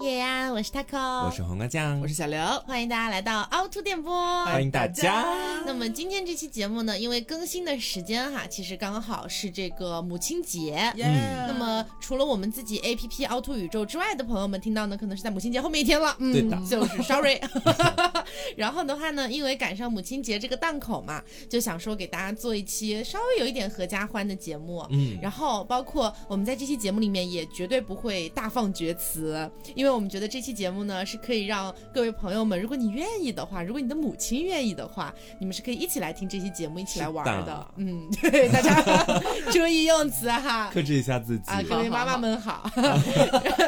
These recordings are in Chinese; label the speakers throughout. Speaker 1: 夜安，我是 Taco，
Speaker 2: 我是黄瓜酱，
Speaker 3: 我是小刘，
Speaker 1: 欢迎大家来到凹凸电波，
Speaker 2: 欢迎大家。
Speaker 1: 那么今天这期节目呢，因为更新的时间哈，其实刚好是这个母亲节。
Speaker 3: 耶、
Speaker 1: 那么除了我们自己 A P P 凹凸宇宙之外的朋友们听到呢，可能是在母亲节后面一天了。嗯，
Speaker 2: 对的
Speaker 1: 就是 Sorry。然后的话呢，因为赶上母亲节这个档口嘛，就想说给大家做一期稍微有一点合家欢的节目。
Speaker 2: 嗯，
Speaker 1: 然后包括我们在这期节目里面也绝对不会大放厥词，因为我们觉得这期节目呢是可以让各位朋友们，如果你愿意的话，如果你的母亲愿意的话，你们是可以一起来听这期节目，一起来玩
Speaker 2: 是
Speaker 1: 的。
Speaker 2: 的
Speaker 1: 嗯， 对，大家 注意用词哈。
Speaker 2: 克制一下自己。
Speaker 1: 啊，各位妈妈们 好。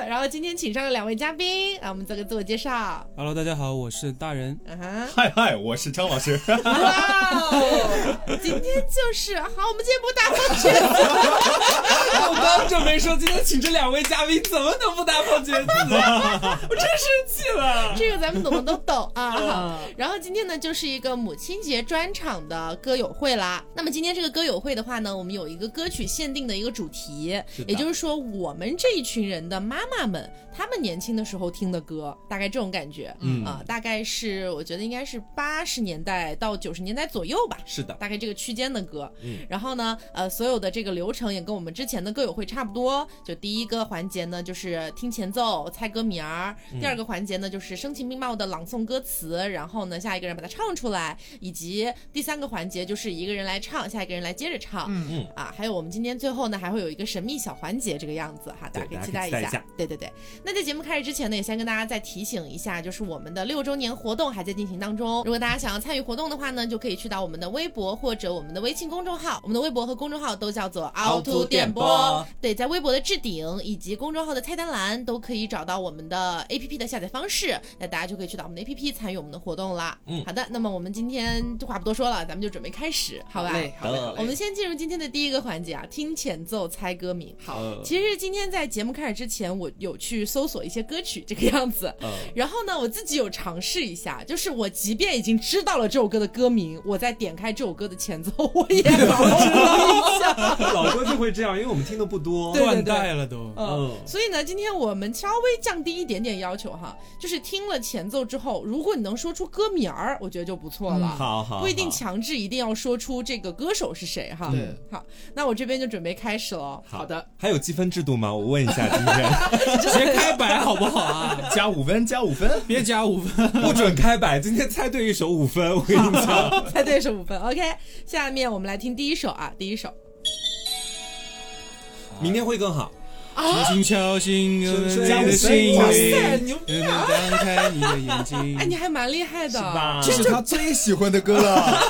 Speaker 1: 然后今天请上了两位嘉宾，啊，我们做个自我介绍。
Speaker 4: Hello，大家好，我是大人。
Speaker 1: 啊哈，
Speaker 5: 嗨嗨，我是张老师。
Speaker 1: 哇哦，今天就是好，我们进一步大放厥词。
Speaker 2: 我刚准备说今天 请这两位嘉宾怎么能不大放厥词，我真生气了。
Speaker 1: 这个咱们懂的都懂啊。
Speaker 3: 嗯
Speaker 1: 然后今天呢，就是一个母亲节专场的歌友会啦。那么今天这个歌友会的话呢，我们有一个歌曲限定的一个主题，
Speaker 2: 是的
Speaker 1: 也就是说，我们这一群人的妈妈们，她们年轻的时候听的歌，大概这种感觉。
Speaker 2: 嗯
Speaker 1: 啊、大概是我觉得应该是八十年代到九十年代左右吧，
Speaker 2: 是的，
Speaker 1: 大概这个区间的歌。
Speaker 2: 嗯
Speaker 1: 然后呢，呃，所有的这个流程也跟我们之前的歌友会差不多。就第一个环节呢，就是听前奏、猜歌名儿；
Speaker 2: 嗯
Speaker 1: 第二个环节呢，就是声情并茂的朗诵歌词，然后呢，下一个人把它唱出来；以及第三个环节就是一个人来唱，下一个人来接着唱。
Speaker 3: 嗯
Speaker 2: 嗯
Speaker 1: 啊，还有我们今天最后呢，还会有一个神秘小环节，这个样子哈，大家可
Speaker 2: 对
Speaker 1: 以期
Speaker 2: 大
Speaker 1: 待一
Speaker 2: 家可以期待
Speaker 1: 下。
Speaker 2: 一下
Speaker 1: 对对对，那在节目开始之前呢，也先跟大家再提醒一下，就是我们的六周年活动还在进行当中。如果大家想要参与活动的话呢，就可以去到我们的微博或者我们的微信公众号，我们的微博和公众号都叫做凹凸电
Speaker 2: 凹凸
Speaker 1: 波
Speaker 2: 电。
Speaker 1: 对，在微博的置顶以及公众号的菜单栏都可以找到我们的 APP 的下载方式，那大家就可以去到我们的 APP 参与我们的活动啦。
Speaker 2: 嗯
Speaker 1: 好的，那么我们今天就话不多说了，咱们就准备开始，好吧？
Speaker 3: 嘞，好嘞，好嘞。
Speaker 1: 我们先进入今天的第一个环节啊，听前奏猜歌名。
Speaker 3: 好，
Speaker 1: 其实今天在节目开始之前，我有去搜索一些歌曲这个样子，
Speaker 2: 嗯
Speaker 1: 然后呢，我自己有尝试一下，就是我即便已经知道了这首歌的歌名，我在点开这首歌的前奏，我也保持了一下。
Speaker 2: 老哥就会这样，因为我们听的不多。
Speaker 1: 对对
Speaker 4: 断代了都。
Speaker 2: 嗯，
Speaker 1: 所以呢，今天我们稍微降低一点点要求哈，就是听了前奏之后，如果你能说出歌名儿，我觉得就不错
Speaker 3: 嗯
Speaker 1: 了。
Speaker 2: 好好，
Speaker 1: 不一定
Speaker 2: 好
Speaker 1: 强制一定要说出这个歌手是谁哈。
Speaker 3: 对，
Speaker 1: 好，那我这边就准备开始喽。
Speaker 3: 好的，
Speaker 2: 还有积分制度吗？我问一下，今天
Speaker 4: 别开摆好不好啊？
Speaker 5: 加五分，加五分。
Speaker 4: 别加五分。
Speaker 2: 不准开摆，今天猜对一首五分，我跟你讲。
Speaker 1: 猜对是五分。OK，下面我们来听第一首啊，第一首
Speaker 2: 明天会更好。
Speaker 4: 轻轻敲醒
Speaker 2: 加
Speaker 4: 你
Speaker 2: 五分
Speaker 4: 的心
Speaker 2: 啊哇
Speaker 4: 灵，
Speaker 3: 牛！
Speaker 4: 人们张开你的眼睛。
Speaker 1: 哎，你还蛮厉害的，
Speaker 2: 吧
Speaker 5: 这是他最喜欢的歌了。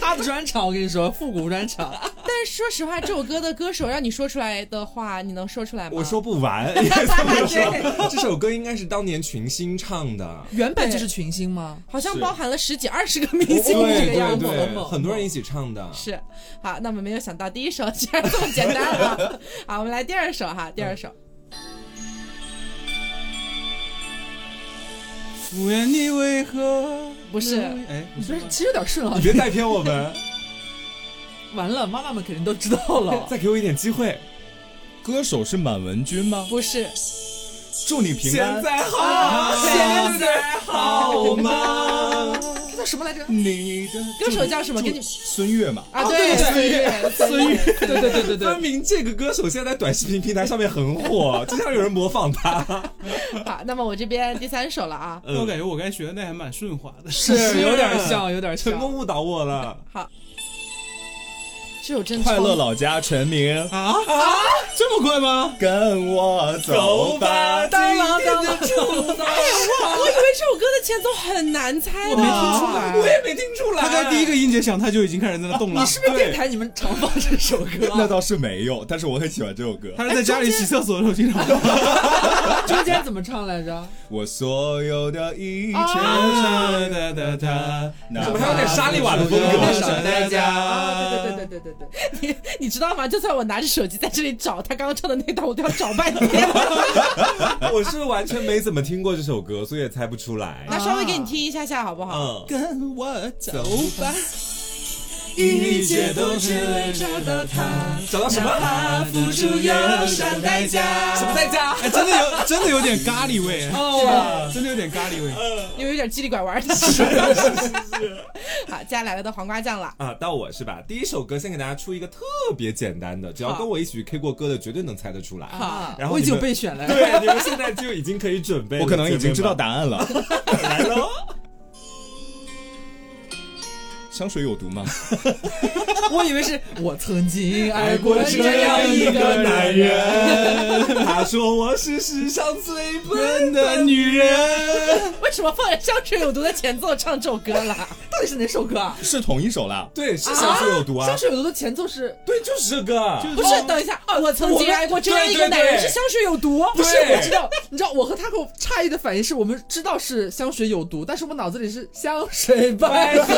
Speaker 3: 他的专场，我跟你说，复古专场，
Speaker 1: 但是说实话，这首歌的歌手让你说出来的话，你能说出来吗？
Speaker 2: 我说不 完，也这么说。这首歌应该是当年群星唱的，
Speaker 3: 原本就是群星吗？
Speaker 1: 好像
Speaker 2: 是哦
Speaker 1: 包含了十几二十个明
Speaker 2: 对
Speaker 1: 星这个样
Speaker 2: 对
Speaker 1: 子。
Speaker 2: 对，很多人一起唱的。
Speaker 1: 是，好，那我们没有想到第一首 竟然这么简单啊！好，我们来第二首哈，第二首，
Speaker 4: 不愿你为何
Speaker 1: 不是
Speaker 2: 嗯
Speaker 4: 哎，
Speaker 3: 不是，其实有点顺啊
Speaker 2: 你。别带偏我们，
Speaker 3: 完了，妈妈们肯定都知道了。
Speaker 2: 再给我一点机会。
Speaker 5: 歌手是满文军吗？
Speaker 1: 不是，
Speaker 5: 祝你平安。
Speaker 2: 在好，现在好吗？
Speaker 3: 这叫什么来着？
Speaker 5: 你的
Speaker 1: 歌手叫什么？跟你
Speaker 5: 孙悦嘛？
Speaker 1: 啊，对，孙悦，孙悦，
Speaker 3: 对对对对
Speaker 2: 分
Speaker 3: 对，
Speaker 2: 明这个歌手现在在短视频平台上面很火，经常有人模仿 他。嗯
Speaker 1: 好，那么我这边第三首了啊，
Speaker 4: 我感觉我该学的那还蛮顺滑的。
Speaker 3: 是有点像，有点像。
Speaker 2: 成功误导我了。
Speaker 1: 这首真
Speaker 5: 快乐
Speaker 1: 冲
Speaker 5: 老家陈明，
Speaker 4: 啊啊！这么快吗？
Speaker 5: 跟我走吧。
Speaker 2: 当当当
Speaker 1: 哇，
Speaker 3: 哎
Speaker 1: 我以为这首歌的前奏很难猜的，
Speaker 4: 我没听出
Speaker 2: 我
Speaker 4: 来。
Speaker 2: 也没听出来。
Speaker 4: 他刚第一个音节响，他就已经开始在那动了
Speaker 3: 你。是不是电台你们常放这首歌
Speaker 5: 那
Speaker 3: 啊？
Speaker 5: 倒是没有，但是我很喜欢这首歌。
Speaker 4: 他是在
Speaker 2: 哎
Speaker 4: 家里洗厕所的时候经常放。
Speaker 3: 中间怎么唱来着？
Speaker 5: 我所有的一切，
Speaker 4: 哒哒
Speaker 2: 啊
Speaker 4: 哒。
Speaker 5: 哪怕
Speaker 2: 怎么还有点沙利瓦的风格
Speaker 3: 多少代
Speaker 1: 啊，对对对对对对对，你你知道吗？就算我拿着手机在这里找他刚刚唱的那段，我都要找半天。
Speaker 2: 我是完全没怎么听过这首歌，所以也猜不出来。
Speaker 4: 啊
Speaker 1: 那稍微给你听一下下好不好？
Speaker 2: 嗯，
Speaker 4: 跟我走吧，
Speaker 2: 一切都只为找到他，找到什么？ 怕付出忧伤代价，什么代价？
Speaker 4: 哎，真的有，真的有点咖 喱味，
Speaker 2: 哦，
Speaker 4: 真的有点咖喱味。
Speaker 1: 因为有点叽里拐 弯的。好，接下来来到黄瓜酱了。
Speaker 2: 啊，到我是吧？第一首歌先给大家出一个特别简单的，只要
Speaker 3: 好
Speaker 2: 跟我一起去 K 过歌的，绝对能猜得出来。
Speaker 4: 啊
Speaker 1: 啊
Speaker 3: 好，
Speaker 2: 然后
Speaker 3: 我已
Speaker 2: 你
Speaker 3: 经
Speaker 2: 们
Speaker 3: 备选 了。
Speaker 2: 对，你们现在就已经可以准备了，
Speaker 5: 我可能已经知道
Speaker 2: 姐
Speaker 5: 答案了。
Speaker 2: 妹们来喽。
Speaker 5: 香水有毒吗？
Speaker 3: 我以为是我曾经爱过
Speaker 2: 我
Speaker 3: 这样一个男人。
Speaker 2: 人，他说我是世上最笨的女
Speaker 3: 啊
Speaker 2: 人。
Speaker 1: 为什么放着《香水有毒》的前奏唱这首歌 了？
Speaker 3: 到底是哪首歌啊？
Speaker 5: 是同一首啦。
Speaker 2: 对，是香水有毒啊
Speaker 3: 香！水有毒的前奏是
Speaker 2: 对，就是这个。
Speaker 1: 不是，等一下，哦，我曾经爱过这样一个男
Speaker 2: 对
Speaker 1: 人
Speaker 2: 对对
Speaker 1: 是香水有毒。哦
Speaker 3: 不是，
Speaker 2: 对
Speaker 3: 我知道，你知道，我和他给我诧异的反应是我们知道是香水有毒，但是我们脑子里是香
Speaker 1: 哎
Speaker 3: 水百合，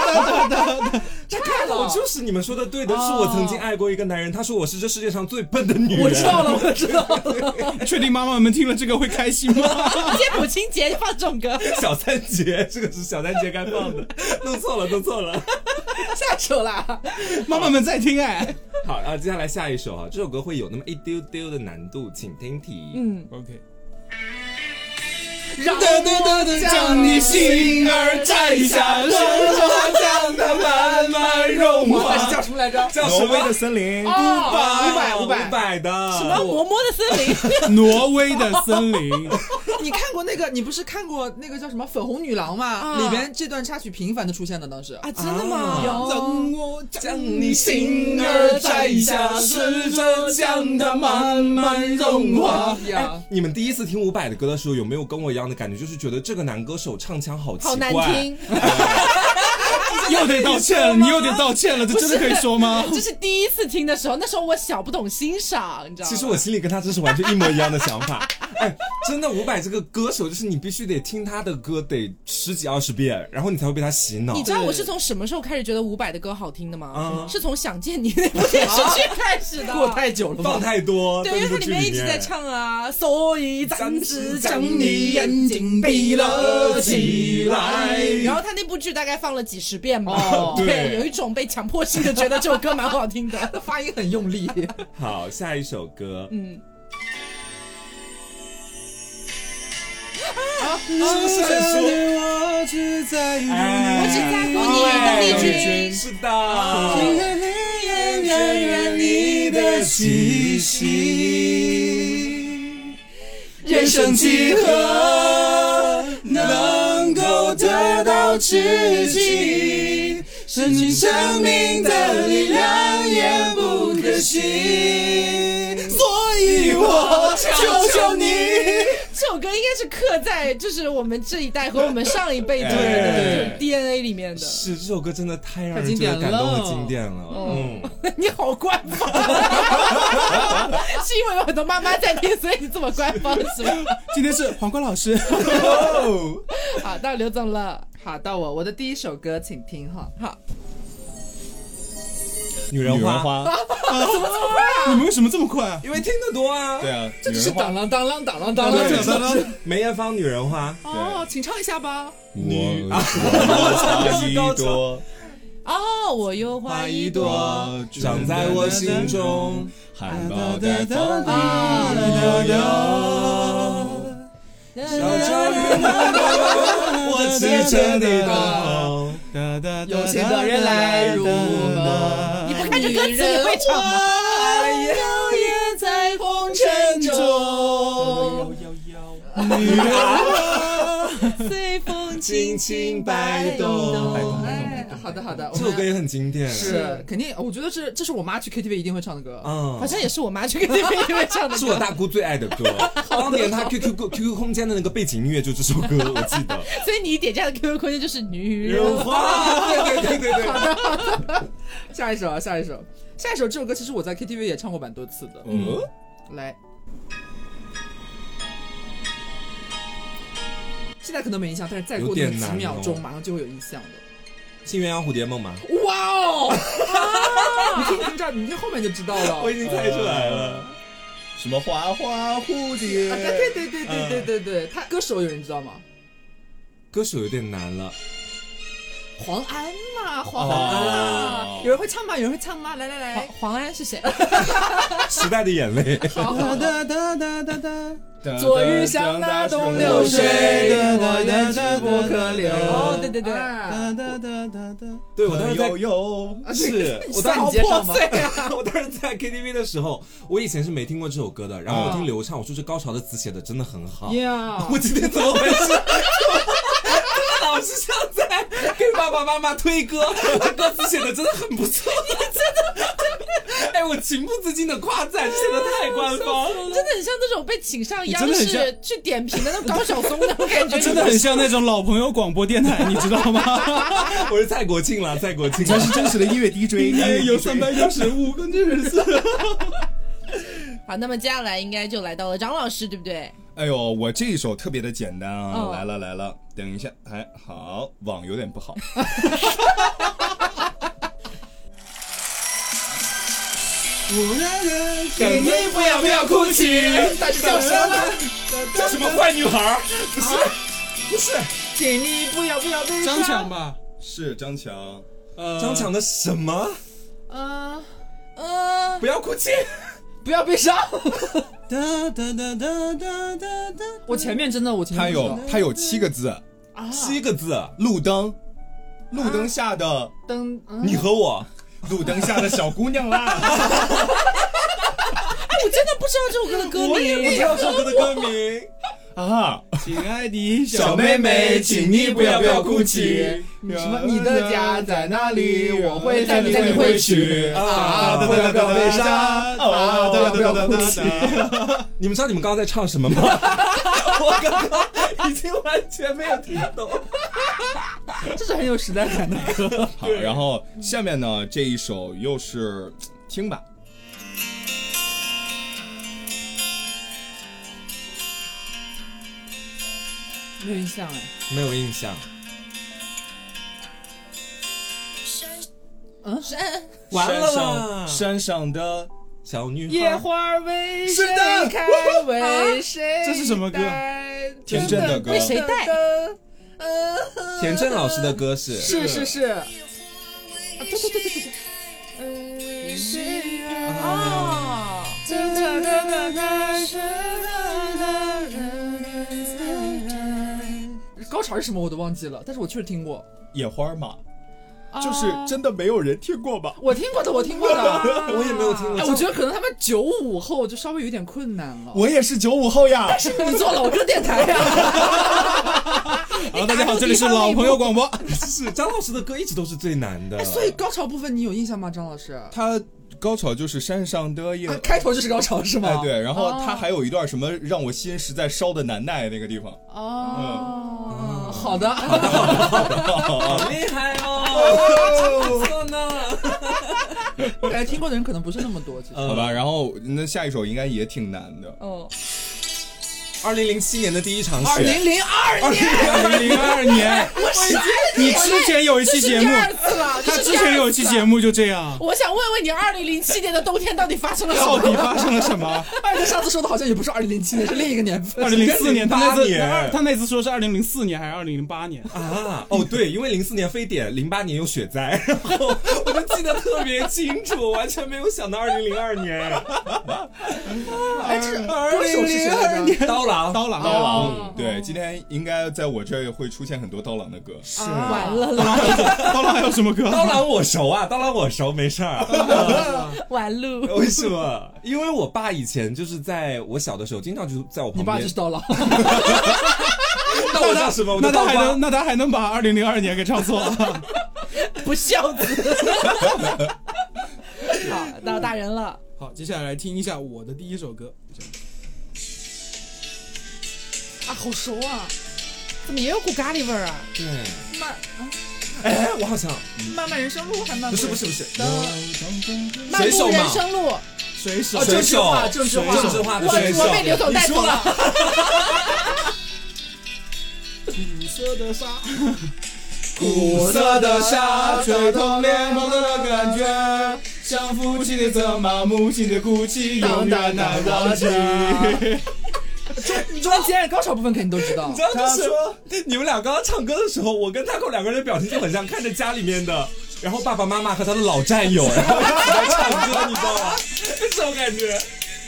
Speaker 3: 这哦看
Speaker 2: 我
Speaker 3: 了，
Speaker 2: 就是你们说的对的，是我曾经爱过一个男人，他说我是这世界上最笨的女人。
Speaker 3: 我知道 了，我知道了，
Speaker 4: 确定妈妈们听了这个会开心 吗？
Speaker 1: 接母亲节就放这种
Speaker 4: 啊
Speaker 1: 歌，
Speaker 2: 小三节，这个是小三节该放 的，弄错了，弄错了。
Speaker 3: 下手啦，
Speaker 4: 妈妈们在听哎。
Speaker 2: 好，然后接下来下一首哈，这首歌会有那么一丢丢的难度，请听题。嗯，
Speaker 4: OK，
Speaker 3: 让我将你
Speaker 4: 心儿摘下，
Speaker 2: 将它慢慢融
Speaker 3: 还是叫什么来着？
Speaker 2: 叫什
Speaker 5: 挪威
Speaker 2: 么
Speaker 5: 的？森林，
Speaker 3: 哦，五百
Speaker 2: 五
Speaker 3: 五
Speaker 2: 百五
Speaker 3: 百。
Speaker 2: 百的什
Speaker 1: 然后
Speaker 2: 么？
Speaker 1: 磨磨的森 林，
Speaker 4: 挪威的 森林，
Speaker 3: 你看过那个？你不是看过那个叫什么《粉红女郎》吗？
Speaker 1: 啊
Speaker 3: 里边这段插曲频繁的出现的，当时
Speaker 1: 啊，真的吗？
Speaker 4: 让我将
Speaker 2: 你心儿摘下，试着将它慢慢融化。
Speaker 3: 呀，
Speaker 2: 你们第一次听伍佰的歌的时候，有没有跟我一样的感觉？就是觉得这个男歌手唱腔好奇怪，
Speaker 1: 好难听，
Speaker 4: 又得道歉了，你又得道歉了，这真的可以说吗？
Speaker 1: 这是第一次听的时候，那时候我小不懂欣赏，你知道吗？
Speaker 2: 其实我心里跟他真是完全一模一样的想法。 哎，真的，伍佰这个歌手，就是你必须得听他的歌得十几二十遍，然后你才会被他洗脑
Speaker 1: 你。知道我是从什么时候开始觉得伍佰的歌好听的吗
Speaker 2: 嗯？
Speaker 1: 是从《想见你》那部电视剧开始的。
Speaker 3: 过太久哎了
Speaker 2: 放
Speaker 3: 吧？
Speaker 2: 太多，
Speaker 1: 对，因为它
Speaker 2: 在
Speaker 1: 里
Speaker 2: 这个剧
Speaker 1: 面一直在。唱啊，所以暂时将你眼
Speaker 3: 眼
Speaker 1: 睛
Speaker 3: 睛
Speaker 1: 闭
Speaker 3: 闭
Speaker 1: 了
Speaker 3: 了
Speaker 1: 起
Speaker 2: 起
Speaker 1: 来
Speaker 2: 来。
Speaker 1: 然后他那部剧大概放了几十遍吧。
Speaker 3: 哦
Speaker 1: 对，
Speaker 2: 对
Speaker 1: 有一种被强迫性的觉得这首歌蛮好听的。
Speaker 3: 发音很用力，
Speaker 2: 好，下一首歌，
Speaker 1: 嗯，
Speaker 2: 是谁说？
Speaker 4: 我只在乎
Speaker 2: 哎
Speaker 1: 我只在乎你邓丽君
Speaker 2: 哎是的。
Speaker 4: 你
Speaker 2: 沾染你的气
Speaker 4: 息，
Speaker 1: 人生
Speaker 4: 几何能够得到知己？伸进生命的力量也不可惜，所以我求求你。
Speaker 1: 这首歌应该是刻在就是我们这一代和我们上一辈的
Speaker 2: 哎
Speaker 1: 就是 DNA 里面的。
Speaker 2: 是这首歌真的太让
Speaker 3: 太
Speaker 2: 人
Speaker 3: 经
Speaker 2: 觉得感
Speaker 3: 典
Speaker 2: 动和
Speaker 3: 了哦
Speaker 2: 经典了，嗯，
Speaker 1: 你好官方， 是因为有很多妈妈在听，所以你这么官方是吧？
Speaker 4: 今天是黄瓜老师，
Speaker 1: 好，到刘总了。
Speaker 3: 好，到我，我的第一首歌，请听哈。
Speaker 1: 好，
Speaker 2: 女
Speaker 5: 女
Speaker 2: 人
Speaker 5: 人
Speaker 2: 花，
Speaker 5: 花，
Speaker 4: 你们为什么这么快啊？
Speaker 2: 因为听得多啊，
Speaker 5: 对，啊，
Speaker 3: 这
Speaker 5: 女
Speaker 3: 只是
Speaker 5: 人花
Speaker 3: 当。啷当啷当啷当
Speaker 4: 对
Speaker 3: 啷。
Speaker 2: 梅艳芳《女人花》，
Speaker 3: 哦，请唱一下吧。
Speaker 5: 女啊，我差一朵，
Speaker 1: 哦，我又花一朵。
Speaker 5: 朵
Speaker 2: 长在我心中，
Speaker 5: 含苞待放的
Speaker 1: 啊
Speaker 5: 悠悠。
Speaker 2: 我牵着你的手。
Speaker 4: 有
Speaker 3: 钱的人来入
Speaker 4: 梦
Speaker 3: 梦
Speaker 1: 你不看这歌词你会唱吗？
Speaker 3: 摇曳在红尘中，
Speaker 4: 女
Speaker 1: 随风
Speaker 2: 轻轻摆动摆动
Speaker 3: 哎，好的好的，我
Speaker 2: 这
Speaker 3: 们
Speaker 2: 首歌也很经典，
Speaker 3: 是肯定，哦我觉得是这是我妈去 KTV 一定会唱的歌。
Speaker 2: 嗯，
Speaker 1: 好像也是我妈去 KTV 里面唱的
Speaker 2: 是我
Speaker 1: 歌，
Speaker 2: 大姑最爱的歌。当年她 QQ 歌 QQ 空间的那个背景音乐就这首歌，我记得。
Speaker 1: 所以你点这样的 QQ 空间就是女人。
Speaker 2: 人花，对对对对对，
Speaker 3: 下一首啊，下一首，下一首这首歌其实我在 KTV 也唱过蛮多次的。
Speaker 5: 嗯，
Speaker 3: 来，现在可能没印象，但是再过那么
Speaker 2: 有点
Speaker 3: 几
Speaker 2: 难哦
Speaker 3: 秒钟，马上就会有印象的。
Speaker 2: 新鸳鸯蝴蝶梦吗？
Speaker 3: 哇哦！你听听这儿，你听后面就知道了。
Speaker 2: 我已经猜出来了，
Speaker 5: 什么花花蝴蝶
Speaker 3: 啊，？对对对对对对对，他歌手有人知道吗？
Speaker 2: 歌手有点难了。
Speaker 3: 黄安嘛，黄安嘛
Speaker 5: 哦，
Speaker 3: 有人会唱吗？有人会唱吗？来来
Speaker 1: 黄
Speaker 3: 来，
Speaker 1: 黄安是谁？啊
Speaker 2: 时代的眼泪。
Speaker 3: 好好好，
Speaker 4: 哒哒哒哒哒，
Speaker 3: 昨日香那东流水，我愿
Speaker 4: 去
Speaker 3: 之不可留。
Speaker 4: 哦
Speaker 3: 对对对，
Speaker 5: 啊
Speaker 4: 哒哒哒哒哒。
Speaker 2: 对我当时在
Speaker 5: 悠悠，
Speaker 2: 是我当时
Speaker 3: 你接上吧。
Speaker 2: 啊我当时在 KTV 的时候，我以前是没听过这首歌的，然后我听流畅，我说这高潮的词写的真的很好。
Speaker 3: 呀
Speaker 2: 我今天怎么回事？ 老是像在给爸爸妈妈推歌，这歌词写的真的很不错，真的。哎，我情不自禁的夸赞，写的太官方了，
Speaker 1: 真的很像那种被请上央
Speaker 5: 你真的很
Speaker 1: 视去点评的那种高晓松那种感 觉，
Speaker 4: 真的很像那种老朋友广播电台，你知道吗？
Speaker 2: 我是蔡国庆了，蔡国庆。
Speaker 5: 这是真实的音乐 DJ，
Speaker 2: 有三百六十五个女人。
Speaker 1: 好，那么接下来应该就来到了张老师，对不对？
Speaker 5: 哎呦，我这一首特别的简单啊，
Speaker 3: 嗯
Speaker 1: 哦
Speaker 5: 来了来了，等一下，还好，网有点不好。
Speaker 2: 肯定不要不要哭泣，
Speaker 3: 大师叫声啊！
Speaker 2: 叫什么坏女孩？不是，不是，
Speaker 3: 给你不要不要悲
Speaker 4: 张
Speaker 3: 伤。
Speaker 4: 强吧，
Speaker 5: 是张强，
Speaker 4: 呃，
Speaker 2: 张强的什么？
Speaker 3: 啊，
Speaker 1: 呃，
Speaker 2: 不要哭泣。
Speaker 3: 不要悲伤。
Speaker 4: 哒哒哒哒哒哒哒，
Speaker 3: 呃我前面真的，我前面
Speaker 5: 他有哎他有七个字，
Speaker 3: 啊，
Speaker 2: 七个字，
Speaker 5: 路灯，路灯下的
Speaker 3: 灯，嗯
Speaker 2: 你和我，
Speaker 5: 路灯下的小姑娘 啦，
Speaker 1: 哎，我真的不知道这首歌的歌
Speaker 2: 我也不
Speaker 1: 名
Speaker 2: 知。道这首歌的歌名。
Speaker 5: 啊，
Speaker 4: 亲爱的
Speaker 5: 小妹妹，请你不要不要哭泣。啊
Speaker 3: 什么？你的家在哪里？我会带
Speaker 5: 带
Speaker 3: 你
Speaker 5: 你
Speaker 3: 带你
Speaker 5: 回
Speaker 3: 回
Speaker 5: 去
Speaker 3: 去。
Speaker 5: 啊！
Speaker 3: 不要不要悲伤啊！不要不要哭泣。
Speaker 2: 你们知道你们刚刚在唱什么 吗？我刚刚已经完全没有听懂。
Speaker 3: 这是很有时代感的歌。
Speaker 5: 好，然后下面呢这一首又是听吧，
Speaker 3: 没 有印象哎。
Speaker 2: 没有印象，
Speaker 1: 山
Speaker 2: 完了
Speaker 5: 山
Speaker 2: 啦
Speaker 5: 上山上的
Speaker 2: 小女
Speaker 3: 野
Speaker 2: 孩。
Speaker 3: 花为谁
Speaker 5: 是的
Speaker 3: 开？为谁？
Speaker 4: 这是什么歌？
Speaker 5: 天真的歌
Speaker 1: 为谁戴？
Speaker 3: 呃，
Speaker 2: 田震老师的歌是
Speaker 3: 是是是。啊，对对对对对。呃啊
Speaker 1: 哦，
Speaker 3: 高潮是什么我都忘记了，但是我确实听过，
Speaker 5: 野花嘛，就是真的没有人听过吧？
Speaker 3: 我听过的，我听过的。
Speaker 2: 我也没有听过。
Speaker 3: 哎，我觉得可能他们九五后就稍微有点困难了。
Speaker 5: 我也是九五后呀。
Speaker 3: 你做老歌电台啊呀、
Speaker 5: 啊
Speaker 4: 好，大家好，这里是老朋友广播。
Speaker 2: 是张老师的歌一直都是最难的。
Speaker 3: 所以高潮部分你有印象吗，张老师？啊，
Speaker 5: 他高潮就是山上的夜。
Speaker 3: 开头就是高潮是吗？
Speaker 5: 哎，对，然后他
Speaker 3: 啊哦
Speaker 5: 还有一段什么让我心实在烧的难耐那个地方，
Speaker 3: 哦，好 的，
Speaker 2: 好厉害哦，不错呢。
Speaker 3: 感觉听过的人可能不是那么多。其实
Speaker 5: 好吧，然后那下一首应该也挺难的，
Speaker 1: 哦，
Speaker 2: 二零零七年的第一场
Speaker 3: 二
Speaker 2: 雪，
Speaker 3: 零零二年，
Speaker 4: 二零零二年，你之前有一期节目，
Speaker 1: 次了，
Speaker 4: 他之前有一期节目就这样，
Speaker 1: 我想问问你，二零零七年的冬天到底发生了什
Speaker 4: 到
Speaker 1: 么？
Speaker 4: 底发生了什么？
Speaker 3: 哎，他上次说的好像也不是二零零七年，是另一个年份。
Speaker 4: 二零零四年，他那
Speaker 2: 2008
Speaker 4: 次
Speaker 2: 年
Speaker 4: 他他那次说是二零零四年还是二零零八年？
Speaker 2: 啊，哦对，因为零四年非典，零八年有雪灾， 然后我就记得特别清楚，完全没有想到二零零二年。
Speaker 3: 哎，这歌手是谁来着？
Speaker 2: 刀郎，
Speaker 4: 啊刀郎，
Speaker 5: 刀郎，对，今天应该在我这儿会出现很多刀郎的歌，
Speaker 2: 是
Speaker 1: 完
Speaker 3: 嗯
Speaker 1: 了啦，
Speaker 4: 啊刀郎还有什么歌？
Speaker 2: 刀郎我熟啊，刀郎我熟，没事 儿。
Speaker 1: 完了。
Speaker 2: 为什么？因为我爸以前就是在我小的时候，经常就是在我
Speaker 3: 你
Speaker 2: 旁
Speaker 3: 爸
Speaker 2: 边。
Speaker 3: 就是刀郎，
Speaker 2: 那我叫什么？我
Speaker 4: 那
Speaker 2: 叫刀
Speaker 4: 他还
Speaker 2: 疤
Speaker 4: 能。那他还能把二零零二年给唱错了？
Speaker 1: 不孝子。好，到大人了。
Speaker 4: 好，接下来来听一下我的第一首歌。
Speaker 3: 啊， 好熟啊！
Speaker 1: 怎么也有股咖喱味儿啊？
Speaker 2: 对，
Speaker 3: 慢
Speaker 2: 哎，我好像
Speaker 3: 漫漫人生路还漫
Speaker 2: 不是不是不是，
Speaker 1: 漫
Speaker 2: 水手
Speaker 1: 步
Speaker 2: 嘛
Speaker 1: 人生路，
Speaker 4: 水手
Speaker 2: 啊，，
Speaker 3: 这
Speaker 2: 郑
Speaker 3: 政治化
Speaker 2: 郑
Speaker 3: 政治化
Speaker 2: 郑智化的
Speaker 1: 我
Speaker 2: 水手
Speaker 1: 我，被刘总带走了。
Speaker 4: 苦涩的 沙，
Speaker 5: 苦涩的沙，吹痛脸庞的感觉，像父亲的责骂，母亲的哭泣，永远难忘记。
Speaker 3: 中中间高潮部分肯定都知道
Speaker 2: 你知。道
Speaker 5: 他
Speaker 2: 就是你们俩刚刚唱歌的时候，我跟 Taco 两个人的表情就很像看着家里面的，然后爸爸妈妈和他的老战友，然后一起来唱歌，你知道吗？这种感觉。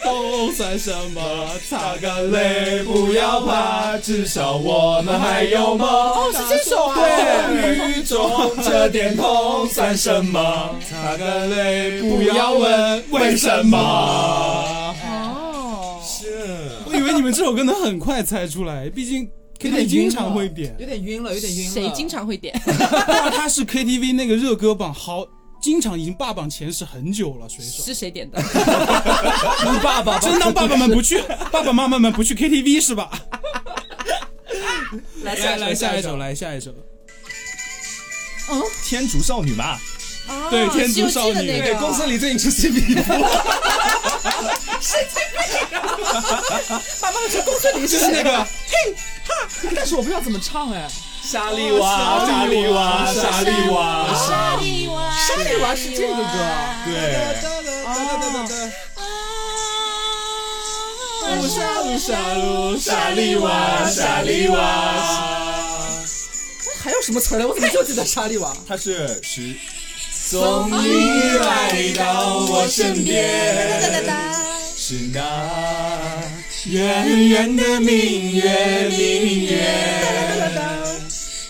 Speaker 5: 都算什么？擦干泪，不要怕，至少我们还有梦。哦，是这首啊。对，雨中这点痛算什么？擦干泪，不要问为什么。
Speaker 1: 哦，
Speaker 2: 是，
Speaker 4: 我以为你们这首歌能很快猜出来，毕竟
Speaker 3: 有点
Speaker 4: KTV
Speaker 3: 晕
Speaker 4: 经常
Speaker 3: 了
Speaker 4: 会点。啊
Speaker 3: 有点晕了，有点晕了。
Speaker 1: 谁经常会点？
Speaker 4: 那他啊是 KTV 那个热歌榜好，经常已经霸榜前十很久了，水 手。
Speaker 1: 是谁点的？
Speaker 3: 当爸爸
Speaker 4: 真当爸爸们不去，爸爸妈妈们不去 KTV 是吧？
Speaker 1: 来
Speaker 4: 来来，下一首，
Speaker 1: 来。
Speaker 4: 来下一首。
Speaker 5: 天竺少女嘛，
Speaker 1: 啊
Speaker 4: 对天
Speaker 1: 西
Speaker 4: 竺
Speaker 1: 游记
Speaker 4: 少
Speaker 1: 的
Speaker 4: 女
Speaker 1: 那
Speaker 2: 对，
Speaker 1: 个
Speaker 2: 公司里最近出 CP，
Speaker 1: 爸爸说公孙离
Speaker 4: 就是是那个，
Speaker 3: 但是我不知道怎么唱哎。
Speaker 2: 沙
Speaker 5: 沙
Speaker 2: 利
Speaker 5: 利娃，
Speaker 2: 娃，
Speaker 5: 沙利娃，沙利娃。
Speaker 1: 沙利娃，沙
Speaker 3: 利娃是这个歌啊
Speaker 5: 对，
Speaker 3: 哎
Speaker 1: 哦
Speaker 5: 沙鲁沙鲁沙利娃，沙利娃。
Speaker 3: 还有什么词儿来？我怎么就记得沙利娃？
Speaker 5: 他是十。终于来到我身边，是那圆圆的明月，明月。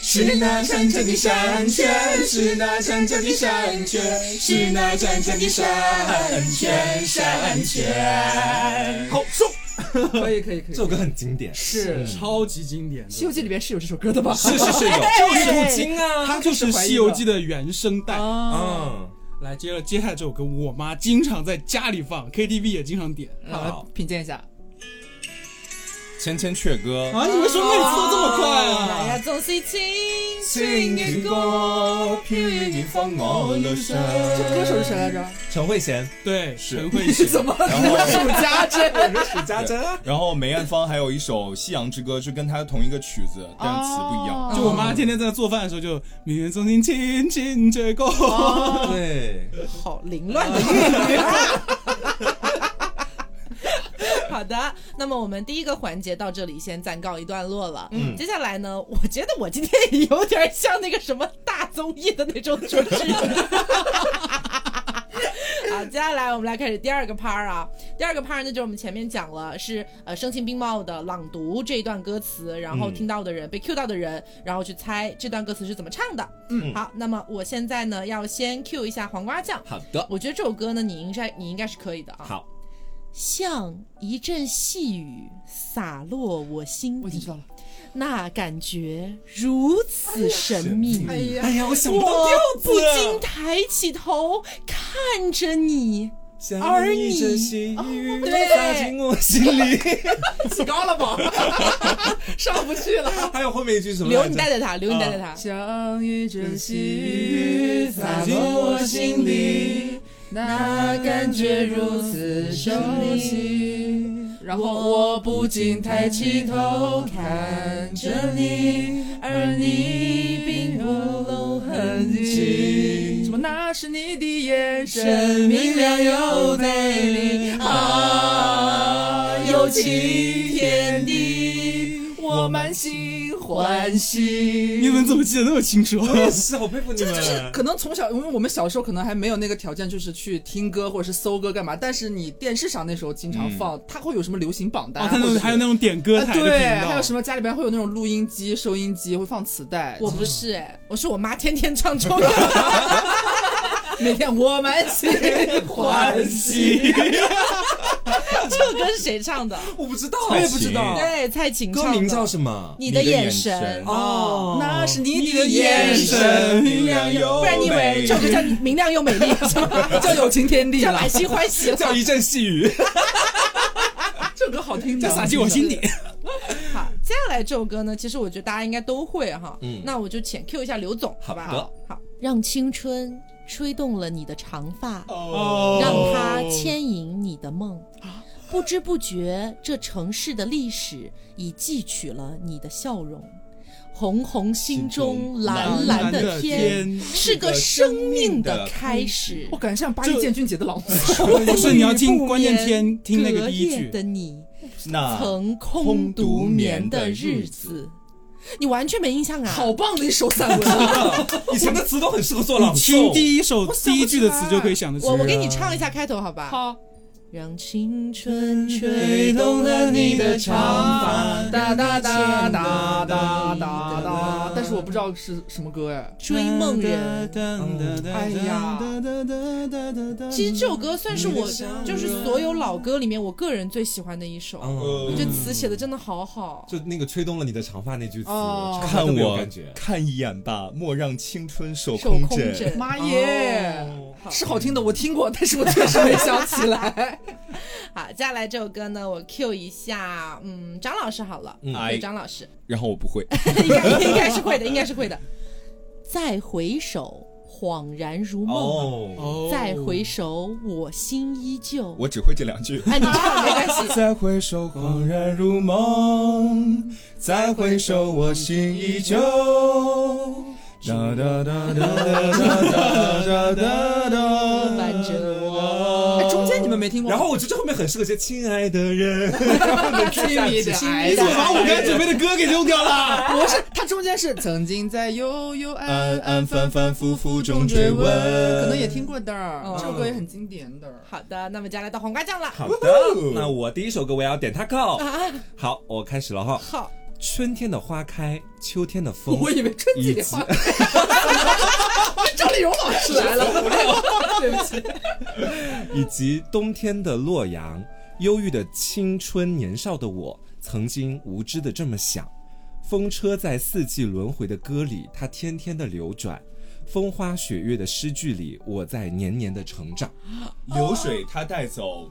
Speaker 5: 是那潺潺的山泉，是那潺潺的山泉，是那潺潺的山泉，山泉。
Speaker 2: 好重。
Speaker 3: 可以可以可以
Speaker 2: 这，首歌很经典，是
Speaker 3: 是《
Speaker 4: 超级经典的，
Speaker 3: 西游记》里面是有这首歌的吧？
Speaker 2: 是是有，就是不精啊。
Speaker 4: 它就是《西游记》的原声带。
Speaker 3: 啊。
Speaker 2: 嗯，
Speaker 4: 来，接着接下来这首歌，我妈经常在家里放，KTV 也经常点。
Speaker 3: 好
Speaker 2: 好
Speaker 3: 了，品鉴一下。
Speaker 5: 千千阙歌
Speaker 4: 啊，你们说妹子都这么快
Speaker 1: 哎呀，
Speaker 4: 啊？
Speaker 1: 总是轻轻
Speaker 5: 情
Speaker 1: 越
Speaker 5: 如
Speaker 1: 过。
Speaker 5: 歌，偏与你放我路上。
Speaker 3: 这歌手是谁来 着？
Speaker 2: 陈慧娴，
Speaker 4: 对，
Speaker 5: 是
Speaker 4: 陈慧 娴。
Speaker 3: 怎么
Speaker 5: 然后
Speaker 3: 数 家珍？
Speaker 2: 许家珍，
Speaker 5: 然后梅艳芳还有一首《夕阳之歌》，是跟她同一个曲子，但词不一样。
Speaker 4: 就我妈天天在做饭的时候就“明月中心轻轻吹过”，
Speaker 5: 哦
Speaker 2: 对，
Speaker 1: 好凌乱的粤语啊！好的，那么我们第一个环节到这里先暂告一段落了。嗯，接下来呢，我觉得我今天也有点像那个什么大综艺的那种 主持人。嗯好，接下来我们来开始第二个 part 啊。第二个 part 呢，就是我们前面讲了，是呃声情并茂的朗读这一段歌词，然后听到的人、被 cue 到的人，然后去猜这段歌词是怎么唱的。嗯，好，那么我现在呢要先 cue 一下黄瓜酱。
Speaker 2: 好的，
Speaker 1: 我觉得这首歌呢，你应该你应该是可以的啊。
Speaker 2: 好，
Speaker 1: 像一阵细雨洒落我心
Speaker 3: 我已经知
Speaker 1: 底，
Speaker 3: 道了。
Speaker 1: 那感觉如此神秘。
Speaker 3: 哎呀，
Speaker 2: 哎呀，我想不到
Speaker 1: 我
Speaker 2: 调子，
Speaker 1: 不禁抬起头看着你，
Speaker 2: 像一阵细雨打进我心里，
Speaker 3: 起高了 吧？上不去了。
Speaker 2: 还有后面一句什么来着？
Speaker 1: 留你带带他，留你带带
Speaker 3: 啊
Speaker 1: 他。
Speaker 3: 像一阵细雨洒落我心里，那感觉如此神奇。然后我不禁抬起头看着你，而你并不露痕迹。什么？那是你的眼神明亮又美丽啊，有情天地，我满心欢喜。
Speaker 4: 你们怎么记得那么清楚？
Speaker 2: 是好佩服你们，
Speaker 3: 就是可能从小，因为我们小时候可能还没有那个条件，就是去听歌或者是搜歌干嘛。但是你电视上那时候经常放，它会有什么流行榜单
Speaker 4: 嗯哦，
Speaker 3: 啊，
Speaker 4: 他那
Speaker 3: 或者
Speaker 4: 种
Speaker 3: 是
Speaker 4: 还有那种点歌
Speaker 3: 啊
Speaker 4: 台的
Speaker 3: 对，
Speaker 4: 频道，
Speaker 3: 还有什么家里边会有那种录音机、收音机，会放磁带。
Speaker 1: 我不是哎，我是我妈天天唱周扬，
Speaker 3: 每天我满心 欢喜，
Speaker 1: 这首歌是谁唱的？
Speaker 2: 我不知道，
Speaker 5: 我也不知道
Speaker 1: 对，蔡琴唱
Speaker 2: 歌
Speaker 1: 的。
Speaker 2: 名叫什么？
Speaker 1: 你的
Speaker 5: 你的
Speaker 1: 眼
Speaker 5: 眼
Speaker 1: 神》
Speaker 5: 神
Speaker 2: 哦
Speaker 3: 那是你
Speaker 4: 你
Speaker 3: 的
Speaker 4: 的
Speaker 3: 眼
Speaker 4: 眼
Speaker 3: 神
Speaker 4: 神，
Speaker 5: 明亮又
Speaker 1: 不然你以为这首歌叫明亮又美丽是吗？
Speaker 3: 叫有情天地
Speaker 1: 叫
Speaker 3: 了
Speaker 1: 满。心欢喜了。
Speaker 2: 叫一阵细雨，
Speaker 3: 这歌好听的，
Speaker 4: 就撒进我 心底。
Speaker 1: 好，接下来这首歌呢，其实我觉得大家应该都会哈。嗯，那我就浅 Q 一下刘总，好吧？
Speaker 2: 好的
Speaker 1: 好，让青春吹动了你的长发，
Speaker 4: 哦
Speaker 1: 让它牵引你的梦。不知不觉，这城市的历史已记取了你的笑容。红红心中蓝蓝的
Speaker 4: 蓝蓝
Speaker 1: 天，
Speaker 4: 的天
Speaker 1: 是个生命的开始
Speaker 3: 我。感觉像八一建军节的朗诵。
Speaker 4: 不是你要听关键天听那个第一
Speaker 1: 隔夜
Speaker 4: 句，
Speaker 1: 的你，
Speaker 2: 那
Speaker 1: 曾空独眠的日子。你完全没印象啊？
Speaker 6: 好棒的一首散文啊！
Speaker 2: 以前的词都很适合做朗
Speaker 4: 听
Speaker 2: 诵。
Speaker 4: 第一首
Speaker 1: 我想
Speaker 4: 第
Speaker 1: 不
Speaker 4: 一句的啊
Speaker 1: 起来
Speaker 4: 词就可以想得起来。
Speaker 1: 我我给你唱一下开头，好吧？
Speaker 3: 啊
Speaker 6: 好，
Speaker 1: 让青春吹
Speaker 3: 吹
Speaker 1: 动
Speaker 3: 动
Speaker 1: 了
Speaker 3: 了
Speaker 1: 你
Speaker 3: 你
Speaker 1: 的
Speaker 3: 的
Speaker 1: 长发
Speaker 3: 长发，
Speaker 1: 哒
Speaker 3: 哒
Speaker 1: 哒哒
Speaker 3: 哒
Speaker 1: 哒
Speaker 3: 哒哒
Speaker 1: 哒
Speaker 3: 哒
Speaker 1: 哒
Speaker 3: 哒
Speaker 1: 哒
Speaker 3: 哒。。
Speaker 1: 但
Speaker 3: 但
Speaker 1: 是
Speaker 3: 是
Speaker 1: 我
Speaker 3: 我
Speaker 1: 不知
Speaker 3: 不知
Speaker 1: 道
Speaker 3: 道是什么歌哎。
Speaker 1: 追梦人。
Speaker 6: 哎呀
Speaker 1: 其实这首歌算是我就是所有老歌里面我个人最喜欢的一首，
Speaker 2: 嗯
Speaker 1: 我觉得词写的真的好好。
Speaker 2: 就那个吹动了你的长发那句词，
Speaker 3: 哦
Speaker 2: 唱得
Speaker 5: 看
Speaker 2: 特别有
Speaker 5: 我
Speaker 2: 感觉。
Speaker 5: 看一眼吧，莫让青春手
Speaker 1: 手
Speaker 5: 空
Speaker 1: 空
Speaker 5: 枕。
Speaker 1: 枕，
Speaker 3: 妈耶！
Speaker 1: 好
Speaker 6: 是好听的，我听过，但是我确实没想起来。
Speaker 1: 好，接下来这首歌呢，我 Q 一下，嗯，张老师好了，
Speaker 2: 嗯
Speaker 1: 对张老师，
Speaker 5: 然后我不会，
Speaker 1: 应该应该是会的，应该是会的。再回首，恍然如梦；
Speaker 2: 哦，
Speaker 4: 哦
Speaker 1: 再回首，我心依旧。
Speaker 5: 我只会这两句。
Speaker 1: 哎，你唱没关 系。
Speaker 5: 再回首，恍然如梦；再回首，我心依旧。哒哒哒哒哒哒哒哒哒。
Speaker 1: 伴着
Speaker 5: 我。
Speaker 6: 哎，中间你们没听过吗？
Speaker 2: 然后我觉得这后面很适合接“亲爱的人
Speaker 6: 你的爱
Speaker 2: 怎么把我刚才准备的歌给用掉了？
Speaker 3: 不是，它中间是曾经在幽幽暗
Speaker 5: 安
Speaker 3: 暗
Speaker 5: 安
Speaker 3: 反
Speaker 5: 反
Speaker 3: 反
Speaker 5: 反
Speaker 3: 复
Speaker 5: 复
Speaker 3: 复
Speaker 5: 复
Speaker 3: 中
Speaker 5: 中
Speaker 3: 追
Speaker 5: 追
Speaker 3: 问
Speaker 5: 问，
Speaker 3: 可能也听过的儿，
Speaker 1: 嗯
Speaker 3: 这首歌也很经典的儿。
Speaker 1: 好的，那么接下来到黄瓜酱了。
Speaker 2: 好的，那我第一首歌我也要点它靠。
Speaker 1: 啊，
Speaker 2: 好，我开始了哈。
Speaker 1: 好，
Speaker 2: 春天的花开，秋天的风，
Speaker 6: 我以为春季
Speaker 2: 以
Speaker 6: 里
Speaker 2: 及
Speaker 6: 花。 张丽蓉老师来了，对不起。
Speaker 2: 以及冬天的洛阳，忧郁的青春年少的我，曾经无知的这么想。风车在四季轮回的歌里，它天天的流转；风花雪月的诗句里，我在年年的成长。
Speaker 5: 流水它带走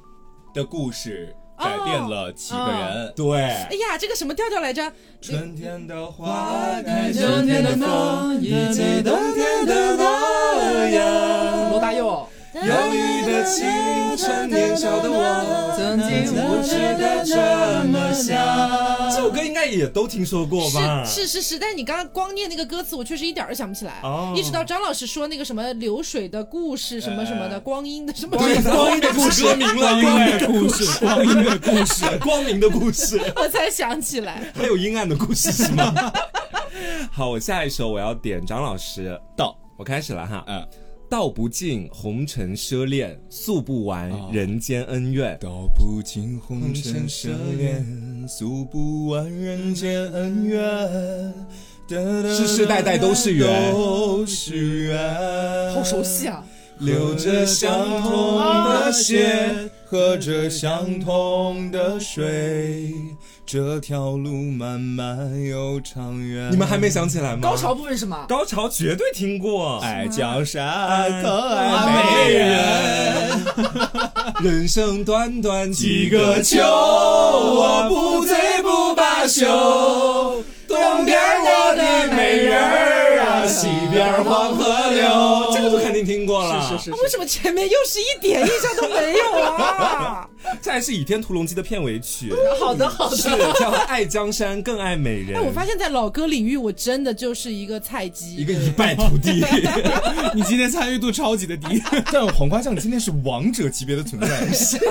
Speaker 5: 的故事，改变了几个人。
Speaker 2: 对
Speaker 1: 哎，呀，这个什么调调来着？
Speaker 5: 春天的花开，秋
Speaker 3: 秋
Speaker 5: 天
Speaker 3: 天
Speaker 5: 的
Speaker 3: 的
Speaker 5: 风，
Speaker 3: 风
Speaker 5: 以及冬天的洛阳。
Speaker 3: 罗大佑，
Speaker 1: 嗯
Speaker 5: 忧郁的青春，年少的我，
Speaker 3: 曾经
Speaker 5: 无
Speaker 3: 无
Speaker 5: 知
Speaker 3: 知
Speaker 5: 的
Speaker 3: 的
Speaker 5: 这
Speaker 3: 这
Speaker 5: 么
Speaker 3: 么
Speaker 5: 想。
Speaker 2: 这首歌应该也都听说过吧？
Speaker 1: 是是是是，但是你刚刚光念那个歌词，我确实一点儿都想不起来
Speaker 2: 哦，
Speaker 1: 一直到张老师说那个什么流水的故事，什么什么的，
Speaker 5: 哎
Speaker 1: 光阴的什么，
Speaker 2: 光阴的故事，歌名了，因为
Speaker 4: 故事，光阴的故事。
Speaker 2: 光明的故事，
Speaker 1: 我才想起来。
Speaker 2: 还有阴暗的故事是 吗？好，我下一首我要点张老师
Speaker 5: 到，
Speaker 2: 我开始了哈，
Speaker 5: 嗯，
Speaker 2: 道不尽红尘奢恋，诉不完
Speaker 5: 哦
Speaker 2: 人间恩怨。
Speaker 5: 道不尽红尘奢恋，诉不完人间恩怨。
Speaker 2: 世世代代都是缘
Speaker 5: 都是缘。
Speaker 3: 好熟悉！啊！
Speaker 5: 流着相同的血，喝着相同的水，这条路漫漫又长远。
Speaker 2: 你们还没想起来吗？
Speaker 3: 高潮部分是吗？
Speaker 2: 高潮绝对听过，
Speaker 5: 爱江山，可
Speaker 2: 爱
Speaker 5: 爱
Speaker 2: 美
Speaker 5: 美
Speaker 2: 人
Speaker 5: 人。
Speaker 2: 人生短短
Speaker 5: 几
Speaker 2: 几
Speaker 5: 个
Speaker 2: 个
Speaker 5: 秋，
Speaker 2: 秋，
Speaker 5: 我
Speaker 2: 我
Speaker 5: 不
Speaker 2: 不
Speaker 5: 醉
Speaker 2: 醉
Speaker 5: 不
Speaker 2: 不
Speaker 5: 罢
Speaker 2: 罢
Speaker 5: 休
Speaker 2: 休。。
Speaker 5: 东边我的美人儿啊，西边黄河流。
Speaker 2: 这个就肯定听过了，
Speaker 6: 是是
Speaker 1: 为什么前面又是一点印象都没有啊？
Speaker 2: 这还是《倚天屠龙记》的片尾曲，
Speaker 6: 好的好
Speaker 2: 是
Speaker 6: 的，
Speaker 2: 叫《爱江山更爱美人
Speaker 1: 哎，》。我发现，在老歌领域，我真的就是一个菜鸡，
Speaker 2: 一个一败涂地，
Speaker 4: 你今天参与度超级的低，
Speaker 5: 但黄瓜酱今天是王者级别的存在，